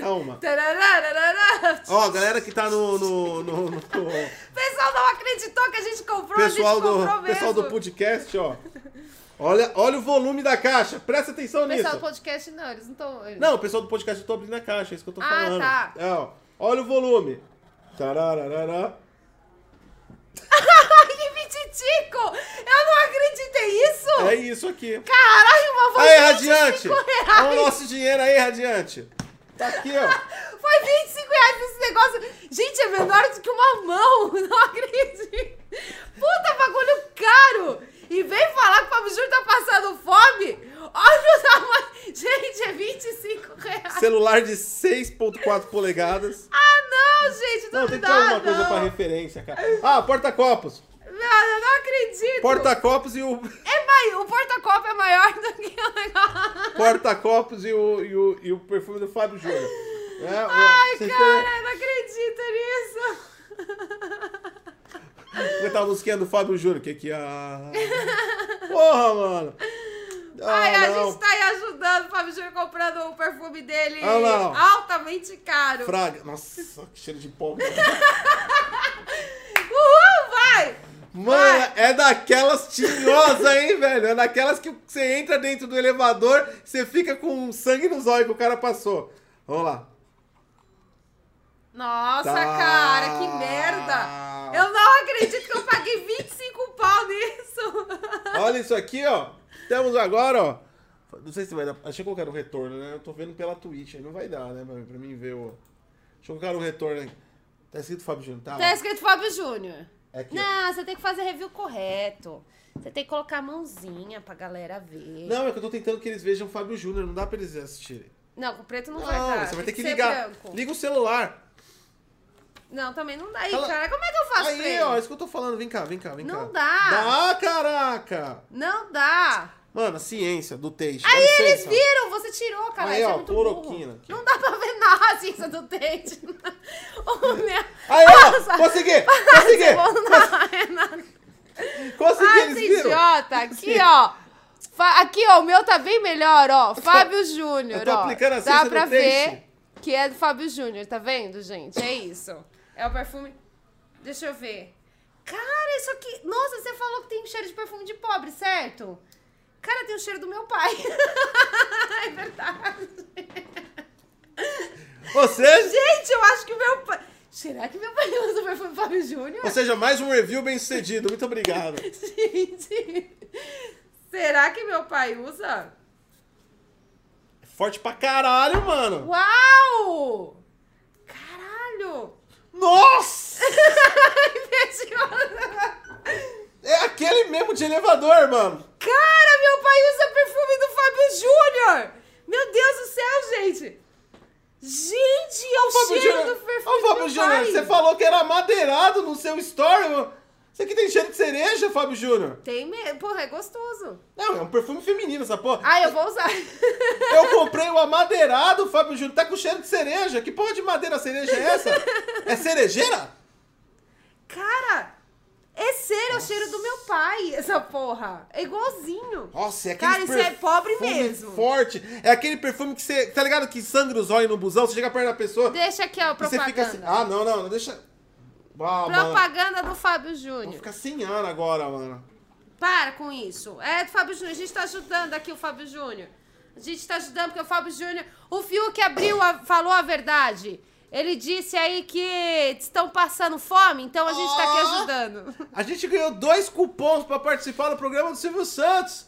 A: Calma.
B: Tararararara.
A: Ó, a galera que tá no. no, no- no-
B: O pessoal não acreditou que a gente comprou,
A: pessoal,
B: a gente comprou
A: do,
B: mesmo.
A: pessoal do podcast, ó. Olha, olha o volume da caixa, presta atenção
B: O
A: nisso.
B: pessoal do podcast, não, eles não estão...
A: Não, o pessoal do podcast eu tô abrindo a caixa, é isso que eu tô
B: Ah,
A: falando.
B: tá.
A: É, ó, olha o volume. Tarararará.
B: Que pititico! Eu não acreditei isso!
A: É isso aqui.
B: Caralho, uma voz
A: Aí,
B: de
A: Radiante!
B: 25 reais!
A: Olha o nosso dinheiro aí, Radiante. Tá aqui, ó.
B: Foi 25 reais esse negócio. Gente, é menor do que uma mão. Não acredito. Puta, bagulho caro. E vem falar que o Fábio Júnior tá passando fome. Olha o tamanho. Gente, é 25 reais.
A: Celular de 6.4 polegadas.
B: Ah, não, gente. Não,
A: Não, tem que ter
B: dá,
A: alguma coisa
B: não.
A: pra referência, cara. Ah, porta-copos.
B: Não, eu não acredito.
A: Porta-copos e o...
B: É mai... O porta-copo é maior do que o negócio.
A: Porta-copos e o, e o, e o perfume do Fábio Júnior. É, ó,
B: Ai,
A: vocês
B: cara, eu não acredito nisso.
A: Têm... Cantar tá a musiquinha do Fábio Júnior, que que a... Porra, mano. Ah,
B: Ai, a
A: não.
B: gente tá aí ajudando o Fábio Júnior comprando o perfume dele
A: Ah, não.
B: altamente caro.
A: Fraga. Nossa, que cheiro de pó.
B: Uhul, vai!
A: Mano, é daquelas tinhosas, hein, velho? É daquelas que você entra dentro do elevador, você fica com sangue nos olhos que o cara passou. Vamos lá.
B: Nossa,
A: Tá.
B: cara, que merda! Eu não acredito que eu paguei 25 pau nisso!
A: Olha isso aqui, ó. Temos agora, ó. Não sei se vai dar. Deixa eu colocar no retorno, né? Eu tô vendo pela Twitch, aí não vai dar, né? Pra mim, pra mim ver o. Deixa eu colocar no retorno aqui. Tá escrito Fábio Júnior, tá?
B: Tá escrito Fábio Júnior.
A: É aqui, ó.
B: Não, você tem que fazer review correto. Você tem que colocar a mãozinha pra galera ver.
A: Não, é que eu tô tentando que eles vejam o Fábio Júnior, não dá pra eles assistirem.
B: Não, com preto não,
A: Não,
B: vai dar.
A: você vai
B: tem
A: ter que
B: ser
A: ligar.
B: branco.
A: Liga o celular.
B: Não, também não dá. Aí,
A: Ela-
B: cara, como é que eu faço pra
A: Aí,
B: ele?
A: ó, é isso que eu tô falando. Vem cá, vem cá, vem cá.
B: Não dá.
A: Dá, caraca!
B: Não dá!
A: Mano, a ciência do texto.
B: Aí eles viram, você tirou, cara.
A: Então. Aí,
B: isso
A: ó,
B: é muito burro.
A: cloroquina aqui.
B: Não dá pra ver nada a ciência do dente. Ô, minha...
A: Aí, ó, consegui! Consegui!
B: Bolsonaro.
A: Consegui,
B: Ah,
A: eles
B: esse
A: viram!
B: idiota, aqui, ó. Fa- Aqui, ó, o meu tá bem melhor, ó. Fábio Júnior,
A: eu tô
B: ó.
A: aplicando assim, a ciência
B: Dá
A: do
B: pra ver
A: peixe.
B: que é do Fábio Júnior, tá vendo, gente? É isso. É o perfume... Deixa eu ver. Cara, isso aqui... Nossa, você falou que tem cheiro de perfume de pobre, certo? Cara, tem o cheiro do meu pai. é verdade.
A: Ou seja,
B: Gente, eu acho que meu pai... Será que meu pai usa o perfume Fábio Júnior?
A: ou seja, mais um review bem sucedido. Muito obrigado.
B: Gente, será que meu pai usa?
A: Forte pra caralho, mano!
B: Uau! Caralho!
A: Nossa! É aquele mesmo de elevador, mano!
B: Cara, meu pai usa perfume do Fábio Júnior! Meu Deus do céu, gente! Gente, é o, cheiro do perfume
A: Ô, Fábio
B: do
A: Júnior,
B: pai!
A: você falou que era madeirado no seu story, mano. Isso aqui tem cheiro de cereja, Fábio Júnior.
B: Tem mesmo. Porra, é gostoso.
A: Não, é um perfume feminino essa porra.
B: Ah, eu vou usar.
A: Eu comprei o amadeirado, Fábio Júnior. Tá com cheiro de cereja. Que porra de madeira cereja é essa? É cerejeira?
B: Cara, é sério, é o cheiro do meu pai, essa porra. É igualzinho.
A: Nossa, é aquele
B: Cara, isso é pobre
A: perfume
B: mesmo.
A: forte. É aquele perfume que você... Tá ligado que sangra os olhos no busão? Você chega perto da pessoa
B: Deixa aqui, ó,
A: e você assim,
B: propaganda.
A: fica assim... Ah, não, não, não, deixa... Ah, mano.
B: Propaganda do Fábio
A: Vou
B: Júnior.
A: ficar sem ar agora, mano.
B: Para com isso. É do Fábio Júnior. A gente tá ajudando aqui o Fábio Júnior. A gente tá ajudando porque o Fábio Júnior. O Fiuk abriu, a- falou a verdade. Ele disse aí que estão passando fome, então a gente tá aqui
A: Ó.
B: ajudando.
A: A gente ganhou dois cupons pra participar do programa do Silvio Santos.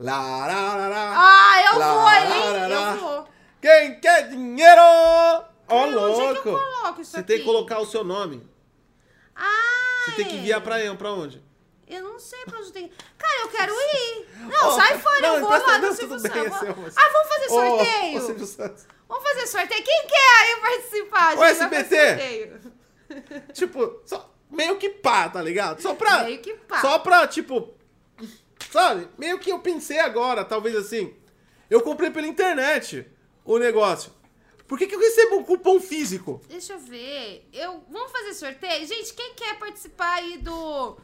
A: Lá, lá, lá, lá.
B: Ah, eu
A: Lá,
B: vou, hein?
A: lá, lá.
B: Eu vou.
A: Quem quer dinheiro? Ó,
B: Onde é que eu
A: louco.
B: coloco isso
A: Você tem que
B: aqui?
A: colocar o seu nome.
B: Ah!
A: Você tem que
B: é.
A: enviar pra, pra onde?
B: Eu não sei pra onde tem. Cara, eu quero ir. Não,
A: Ó,
B: sai fora,
A: não,
B: eu vou
A: encosta-
B: lá
A: não,
B: no Silvio
A: tudo bem,
B: Santos.
A: esse é
B: Ah,
A: o-
B: vamos
A: Ô,
B: fazer
A: ô,
B: sorteio?
A: Silvio Santos.
B: Vamos fazer sorteio. Quem quer aí participar,
A: Ô,
B: gente? Vai fazer
A: SBT.
B: sorteio.
A: Tipo, só meio que pá, tá ligado? Só pra.
B: Meio que pá.
A: Só pra, tipo. Sabe? Meio que eu pensei agora, talvez assim. Eu comprei pela internet o negócio. Por que, que eu recebo um cupom físico?
B: Deixa eu ver. Eu... Vamos fazer sorteio? Gente, quem quer participar aí do.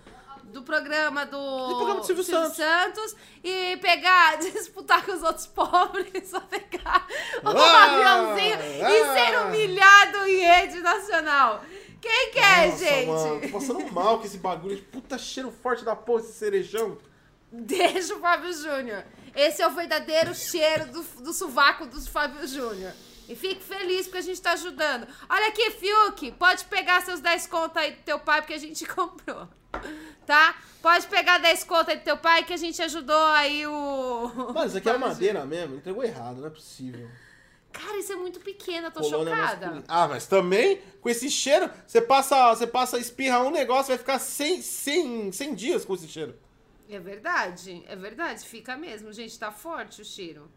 B: Do programa do,
A: Do programa do Silvio Santos.
B: Santos e pegar, disputar com os outros pobres, só pegar um
A: Ah,
B: aviãozinho e
A: ah.
B: ser humilhado em rede nacional. Quem quer,
A: Nossa,
B: É, gente?
A: mano, tô passando mal com esse bagulho. Puta cheiro forte da porra, esse cerejão.
B: Deixa o Fábio Júnior. Esse é o verdadeiro cheiro do, do sovaco do Fábio Júnior. E fique feliz porque a gente tá ajudando. Olha aqui, Fiuk, pode pegar seus 10 contos aí do teu pai porque a gente comprou. Tá? Pode pegar 10 contos aí do teu pai que a gente ajudou aí o.
A: Mano, isso aqui é
B: Fábio Júnior.
A: madeira mesmo. Entregou errado, não é possível.
B: Cara, isso é muito pequeno, eu tô
A: Colônia
B: chocada.
A: masculina. Ah, mas também, com esse cheiro, você passa, você passa, espirra um negócio, vai ficar 100, 100, 100 dias com esse cheiro.
B: É verdade, é verdade, fica mesmo, gente, tá forte o cheiro.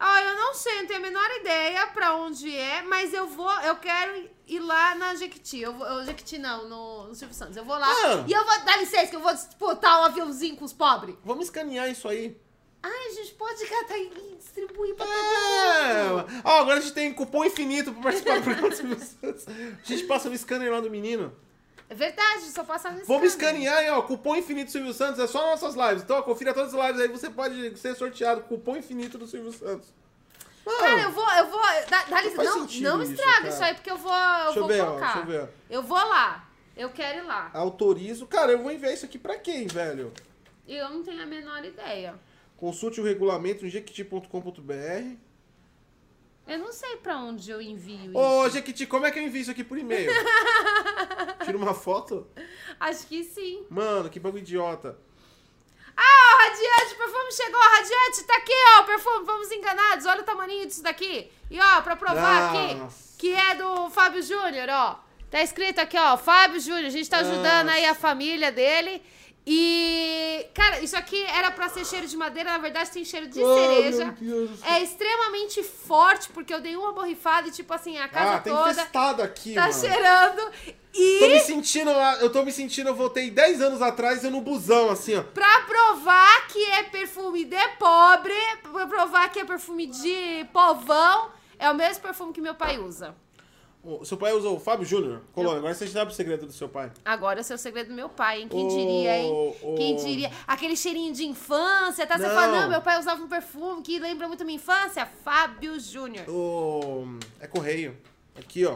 B: Ah, eu não sei, eu não tenho a menor ideia pra onde é, mas eu vou, eu quero ir lá na Jequiti. Eu vou, eu, Jequiti não, no, no Silvio Santos. Eu vou lá
A: Ah.
B: e eu vou, dá licença, que eu vou disputar um aviãozinho com os pobres.
A: Vamos escanear isso aí.
B: Ai, a gente pode catar e distribuir pra todo
A: É.
B: mundo.
A: Ó, agora a gente tem cupom infinito pra participar do programa dos Silvio Santos. A gente passa o scanner lá do menino.
B: É verdade, só passa no
A: Vamos
B: scanner.
A: escanear, hein, ó, cupom infinito Silvio Santos, é só nossas lives. Então, ó, confira todas as lives aí, você pode ser sorteado, cupom infinito do Silvio Santos. Mano,
B: Cara, eu vou, eu vou. Dá, dá licença.
A: faz
B: Não,
A: sentido
B: não
A: isso,
B: estraga isso,
A: cara.
B: aí, porque eu vou. Eu
A: Deixa eu
B: vou
A: ver, ó,
B: colocar.
A: deixa eu ver.
B: Eu vou lá. Eu quero ir lá.
A: autorizo. Cara, eu vou enviar isso aqui pra quem, velho?
B: Eu não tenho a menor ideia.
A: Consulte o regulamento em jequiti.com.br.
B: Eu não sei pra onde eu envio isso.
A: Ô, Jequiti, como é que eu envio isso aqui por e-mail? Tira uma foto?
B: Acho que sim.
A: Mano, que bagulho idiota.
B: Ah, o Radiante, o perfume chegou, o Radiante, tá aqui, ó, o perfume, vamos enganados, olha o tamanho disso daqui. E ó, pra provar
A: Nossa.
B: aqui, que é do Fábio Júnior, ó. Tá escrito aqui, ó, Fábio Júnior, a gente tá ajudando aí a família dele. E, cara, isso aqui era pra ser cheiro de madeira, na verdade tem cheiro de
A: Ah, meu
B: cereja.
A: Deus do céu.
B: É extremamente forte, porque eu dei uma borrifada e, tipo assim, a casa
A: ah, tem
B: toda
A: infestado aqui,
B: tá
A: mano.
B: cheirando. E...
A: Tô me sentindo, lá- eu tô me sentindo, eu voltei 10 anos atrás, eu no busão, assim, ó.
B: Pra provar que é perfume de pobre, pra provar que é perfume de povão, é o mesmo perfume que meu pai usa.
A: O seu pai usou o Fábio Júnior? Colônia, agora você sabe o segredo do seu pai.
B: Agora esse é o segredo do meu pai, hein? Quem
A: Ô,
B: diria, hein? Quem
A: ô.
B: diria? Aquele cheirinho de infância, tá? Você
A: Não.
B: fala, não, meu pai usava um perfume que lembra muito minha infância. Fábio Júnior.
A: O... É correio. Aqui, ó.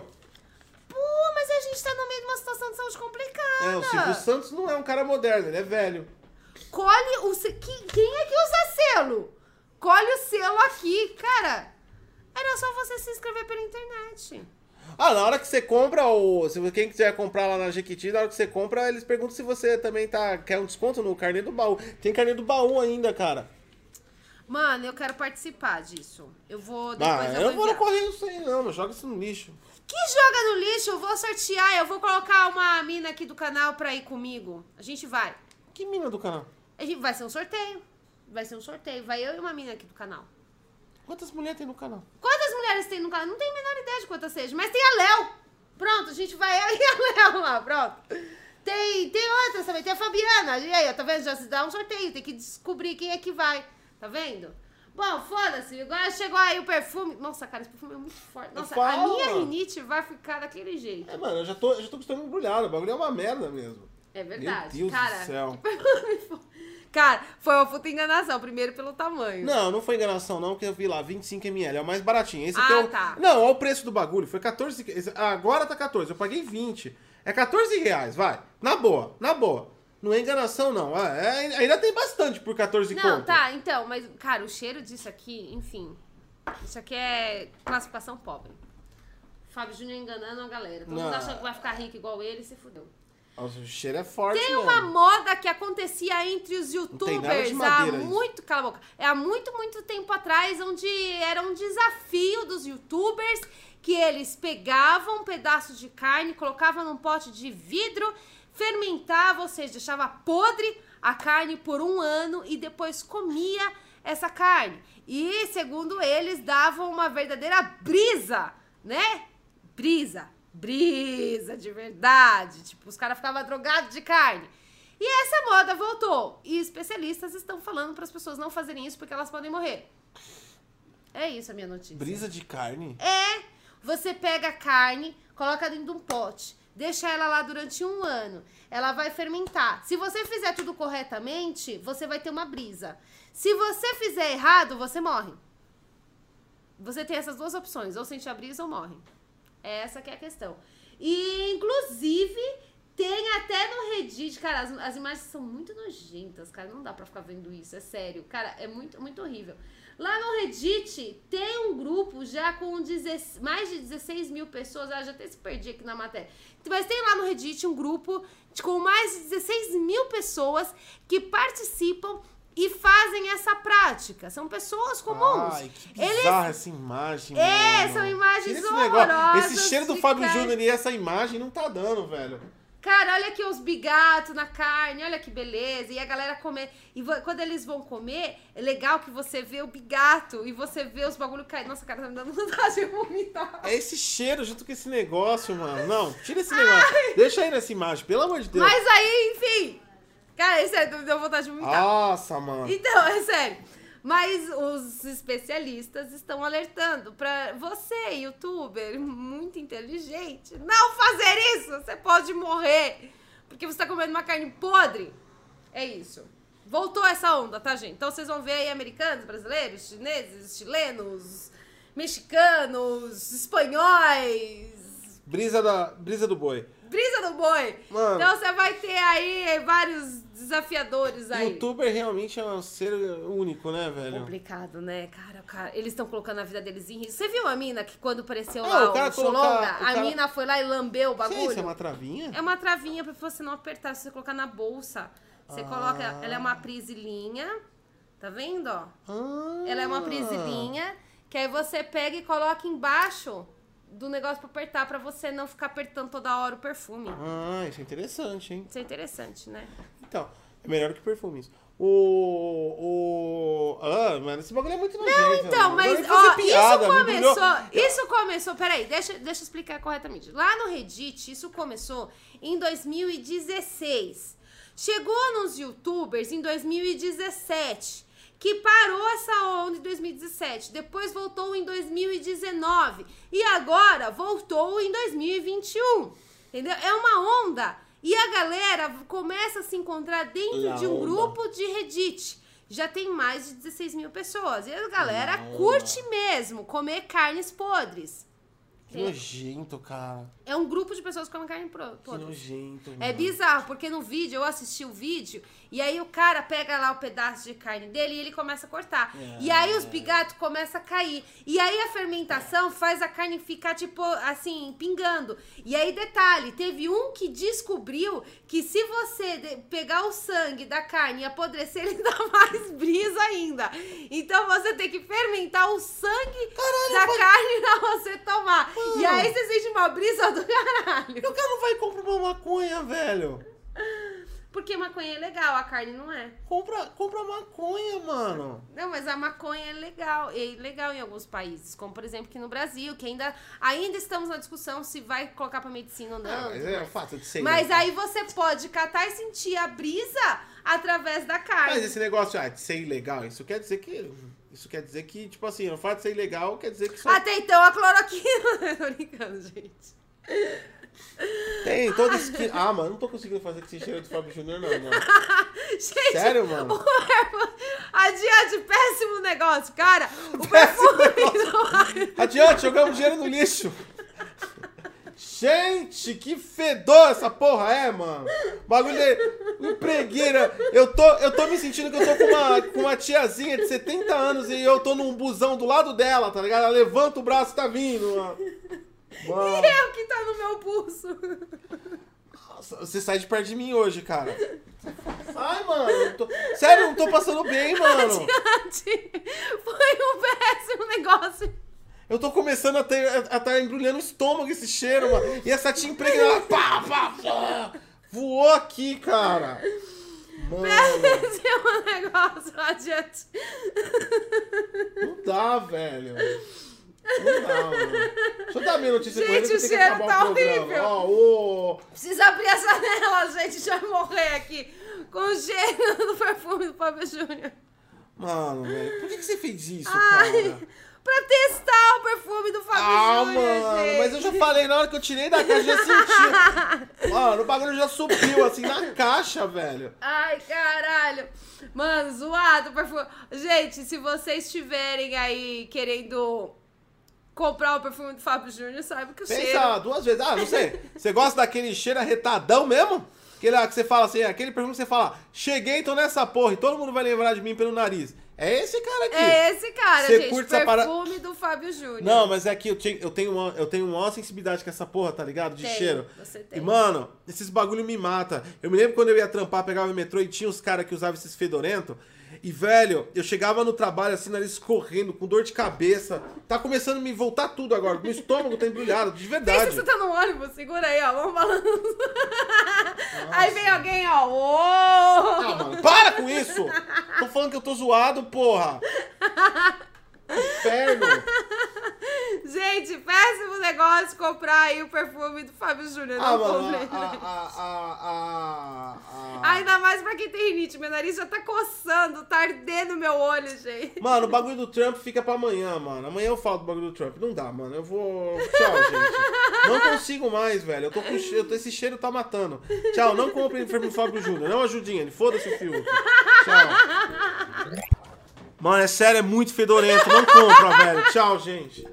B: Pô, mas a gente tá no meio de uma situação de saúde complicada.
A: É, o Silvio Santos não é um cara moderno, ele é velho.
B: Colhe o. se- que- Quem é que usa selo? Colhe o selo aqui, cara. Era só você se inscrever pela internet.
A: Ah, na hora que você compra, ou se você- quem quiser comprar lá na Jequiti, na hora que você compra, eles perguntam se você também tá, quer um desconto no carnê do baú. Tem carnê do baú ainda, cara.
B: Mano, eu quero participar disso. Eu vou depois.
A: Ah, eu
B: eu
A: não vou no
B: enviar.
A: correio isso aí, não, não joga isso no lixo.
B: Que joga no lixo, eu vou sortear. Eu vou colocar uma mina aqui do canal pra ir comigo. A gente vai.
A: Que mina do canal?
B: A gente- vai ser um sorteio. Vai ser um sorteio. Vai eu e uma mina aqui do canal.
A: Quantas mulheres tem no canal?
B: Quantas mulheres tem no canal? Não tenho a menor ideia de quantas sejam, mas tem a Léo. Pronto, a gente vai eu e a Léo lá, pronto. Tem, tem outras também, tem a Fabiana. E aí, ó, tá vendo? Já se dá um sorteio, tem que descobrir quem é que vai. Tá vendo? Bom, foda-se, agora chegou aí o perfume. Nossa, cara, esse perfume é muito forte. Nossa, a
A: Fala.
B: minha rinite vai ficar daquele jeito.
A: É, mano, eu já tô, eu já tô com o estômago embrulhado, o bagulho é uma merda mesmo.
B: É verdade.
A: Meu Deus
B: cara,
A: do céu.
B: Cara, foi uma puta enganação, primeiro pelo tamanho.
A: Não, não foi enganação, não, que eu vi lá, 25ml, é o mais baratinho. Esse
B: Ah,
A: aqui é o...
B: tá.
A: Não, olha o preço do bagulho, foi 14... esse- Agora tá 14, eu paguei 20. É 14 reais, vai. Na boa, na boa. Não é enganação, não. Ah, é- ainda tem bastante por 14
B: Não,
A: conto.
B: tá, então, mas, cara, o cheiro disso aqui, enfim. Isso aqui é classificação pobre. Fábio Júnior enganando a galera. Todo mundo
A: Não.
B: achando que vai ficar rico igual ele, se fudeu.
A: Nossa, o cheiro é forte,
B: Tem
A: mesmo.
B: uma moda que acontecia entre os
A: tem nada de
B: youtubers há
A: madeira isso.
B: muito. Cala a boca. É há muito, muito tempo atrás, onde era um desafio dos youtubers que eles pegavam um pedaço de carne, colocavam num pote de vidro, fermentava, ou seja, deixava podre a carne por um ano e depois comia essa carne. E, segundo eles, davam uma verdadeira brisa, né? brisa, brisa de verdade. Tipo, os caras ficavam drogados de carne. E essa moda voltou. E especialistas estão falando para as pessoas não fazerem isso porque elas podem morrer. É isso a minha notícia.
A: Brisa de carne?
B: É! Você pega a carne, coloca dentro de um pote, deixa ela lá durante um ano. Ela vai fermentar. Se você fizer tudo corretamente, você vai ter uma brisa. Se você fizer errado, você morre. Você tem essas duas opções, ou sente a brisa ou morre. É essa que é a questão. E, inclusive, tem até no Reddit, cara, as, as imagens são muito nojentas, cara, não dá pra ficar vendo isso, é sério. Cara, é muito, muito horrível. Lá no Reddit tem um grupo já com 16 mais de 16 mil pessoas, ah, já até se perdi aqui na matéria. Mas tem lá no Reddit um grupo de- com mais de 16 mil pessoas que participam e fazem essa prática. São pessoas comuns.
A: Ai, que bizarra essa imagem,
B: um É,
A: mano.
B: são imagens
A: Tira
B: horrorosas,
A: Esse cheiro do
B: de
A: Fábio
B: carne.
A: Júnior e essa imagem não tá dando, velho.
B: Cara, olha aqui os bigatos na carne, olha que beleza. E a galera comer. E vo- quando eles vão comer, é legal que você vê o bigato e você vê os bagulho caindo. Nossa, cara, tá me dando vontade de vomitar.
A: É esse cheiro junto com esse negócio, mano. Não, tira esse negócio. Deixa aí nessa imagem, pelo amor de Deus.
B: Mas aí, enfim. Cara, isso aí me deu vontade de vomitar.
A: Nossa, mano.
B: Então, é sério. Mas os especialistas estão alertando pra você, youtuber, muito inteligente, não fazer isso! Você pode morrer! Porque você tá comendo uma carne podre. É isso. Voltou essa onda, tá, gente? Então vocês vão ver aí americanos, brasileiros, chineses, chilenos, mexicanos, espanhóis,
A: Brisa, da, brisa do boi.
B: brisa do boi.
A: Mano.
B: Então você vai ter aí vários desafiadores aí.
A: Youtuber realmente é um ser único, né, velho?
B: Complicado, né, cara? O cara- eles estão colocando a vida deles em risco. Você viu a mina que quando apareceu
A: Ah,
B: lá
A: o
B: o,
A: cara
B: Xolonga,
A: colocar- o
B: a
A: cara-
B: mina foi lá e lambeu o
A: Isso é
B: bagulho?
A: isso, é uma travinha?
B: É uma travinha pra você não apertar, se você colocar na bolsa. Você
A: Ah.
B: coloca, ela é uma prisilinha, tá vendo, ó?
A: Ah.
B: Ela é uma prisilinha, que aí você pega e coloca embaixo do negócio pra apertar, pra você não ficar apertando toda hora o perfume.
A: Ah, isso é interessante, hein?
B: Isso é interessante, né?
A: Então, é melhor que perfume isso. O. o... Ah, mano, esse bagulho é muito nojento.
B: Não, então,
A: mano.
B: mas
A: Agora eu vou
B: ó,
A: fazer piada,
B: isso
A: me brilhou.
B: começou. Isso começou. Peraí, deixa, deixa eu explicar corretamente. Lá no Reddit, isso começou em 2016. Chegou nos youtubers em 2017. Que parou essa onda em 2017, depois voltou em 2019 e agora voltou em 2021. Entendeu? É uma onda e a galera começa a se encontrar dentro
A: La
B: de um
A: onda.
B: grupo grupo de Reddit. Já tem mais de 16 mil pessoas. E a galera
A: Não.
B: curte mesmo comer carnes podres.
A: Que nojento, cara.
B: É um grupo de pessoas que comem carne pro-
A: Que
B: podre.
A: nojento.
B: É
A: mano.
B: bizarro, porque no vídeo, eu assisti o vídeo, e aí o cara pega lá o pedaço de carne dele e ele começa a cortar.
A: É.
B: E aí os bigatos começam a cair. E aí a fermentação faz a carne ficar, tipo, assim, pingando. E aí, detalhe, teve um que descobriu que se você de- pegar o sangue da carne e apodrecer, ele dá mais brisa ainda. Então você tem que fermentar o sangue da carne pra você tomar. E
A: Mano.
B: aí você sente uma brisa do caralho.
A: O cara não vai comprar uma maconha, velho.
B: Porque maconha é legal, a carne não é.
A: Compra, compra maconha, mano.
B: Não, mas a maconha é legal, é legal em alguns países, como por exemplo aqui no Brasil, que ainda, ainda estamos na discussão se vai colocar pra medicina ou não.
A: Ah, mas é o fato de ser.
B: Mas
A: ilegal.
B: aí você pode catar e sentir a brisa através da carne.
A: Mas esse negócio ah, de ser ilegal, isso quer dizer que. Isso quer dizer que, tipo assim, o fato de ser ilegal quer dizer que só
B: Até então a cloroquina. tô brincando, gente.
A: tem toda esquina. Ah, mano, não tô conseguindo fazer com esse cheiro do Fábio Júnior, não, mano.
B: Gente,
A: Sério, mano?
B: adiante, péssimo negócio, cara. O
A: Péssimo
B: perfume. do-
A: Adiante, jogamos dinheiro no lixo. Gente, que fedor essa porra é, mano. Bagulho de empregueira. Eu tô, eu tô me sentindo que eu tô com uma, com uma tiazinha de 70 anos e eu tô num busão do lado dela, tá ligado? Ela levanta o braço e tá vindo, mano. Mano,
B: E eu que tá no meu pulso.
A: você sai de perto de mim hoje, cara. Sai, mano. eu tô- Sério, eu não tô passando bem, mano.
B: Adiante. Foi um péssimo negócio.
A: Eu tô começando a ter, a estar embrulhando o estômago esse cheiro, mano. E essa tia impregna, ela pá, pá, pá, voou aqui, cara. Mano,
B: Péssimo negócio. Adiante.
A: não dá, velho. Não dá, mano. Deixa eu dar minha notícia corrida
B: Gente,
A: que
B: o
A: eu tenho que
B: cheiro
A: acabar
B: tá
A: o programa.
B: horrível.
A: Ó, ô,
B: Precisa abrir a janela, gente. Já vai morrer aqui. Com o cheiro do perfume do Papa Júnior.
A: Mano, velho, por que, que você fez isso,
B: Ai,
A: cara?
B: pra testar o perfume do Fábio
A: Ah,
B: Júnior,
A: mano,
B: gente.
A: mas eu já falei, na hora que eu tirei da caixa, eu já senti. Mano, o bagulho já subiu, assim, na caixa, velho.
B: Ai, caralho. Mano, zoado o perfume. Gente, se vocês estiverem aí querendo comprar o perfume do Fábio Júnior, saiba que o cheiro...
A: Pensa duas vezes. Ah, não sei. Você gosta daquele cheiro arretadão mesmo? Aquele lá que você fala assim, aquele perfume que você fala, cheguei, tô nessa porra e todo mundo vai lembrar de mim pelo nariz. É esse cara aqui.
B: É esse cara,
A: Você
B: gente.
A: curte
B: perfume
A: essa para-
B: do Fábio Júnior.
A: Não, mas é que eu, tinha- eu tenho uma, eu tenho uma maior sensibilidade com essa porra, tá ligado? De
B: Tem,
A: cheiro.
B: você tem.
A: E, mano, esses bagulho me mata. Eu me lembro quando eu ia trampar, pegava o metrô e tinha uns caras que usavam esses fedorentos. E, velho, eu chegava no trabalho assim, nariz correndo, com dor de cabeça. Tá começando a me voltar tudo agora. Meu estômago tá embrulhado, de
B: Pensa
A: verdade.
B: que você tá no ônibus, segura aí, ó, vamos balançar. Aí vem alguém, ó, ô!
A: Ah, mano, para com isso! Tô falando que eu tô zoado, porra! Inferno!
B: Gente, péssimo negócio comprar aí o perfume do Fábio Júnior,
A: Ah, ah.
B: não
A: mano,
B: comprei.
A: a. a, a, a, a, a...
B: Ainda mais pra quem tem rinite, meu nariz já tá coçando, tá ardendo meu olho, gente.
A: Mano, o bagulho do Trump fica pra amanhã, mano. Amanhã eu falo do bagulho do Trump. Não dá, mano. Eu vou. Tchau, gente. Não consigo mais, velho. Eu tô com cheiro. eu tô- Esse cheiro tá matando. Tchau, não comprem o Fábio Fábio Júnior. Não ajudinha ele. Foda-se o Fiuk. Tchau. Mano, é sério, é muito fedorento. Não compra, velho. Tchau, gente.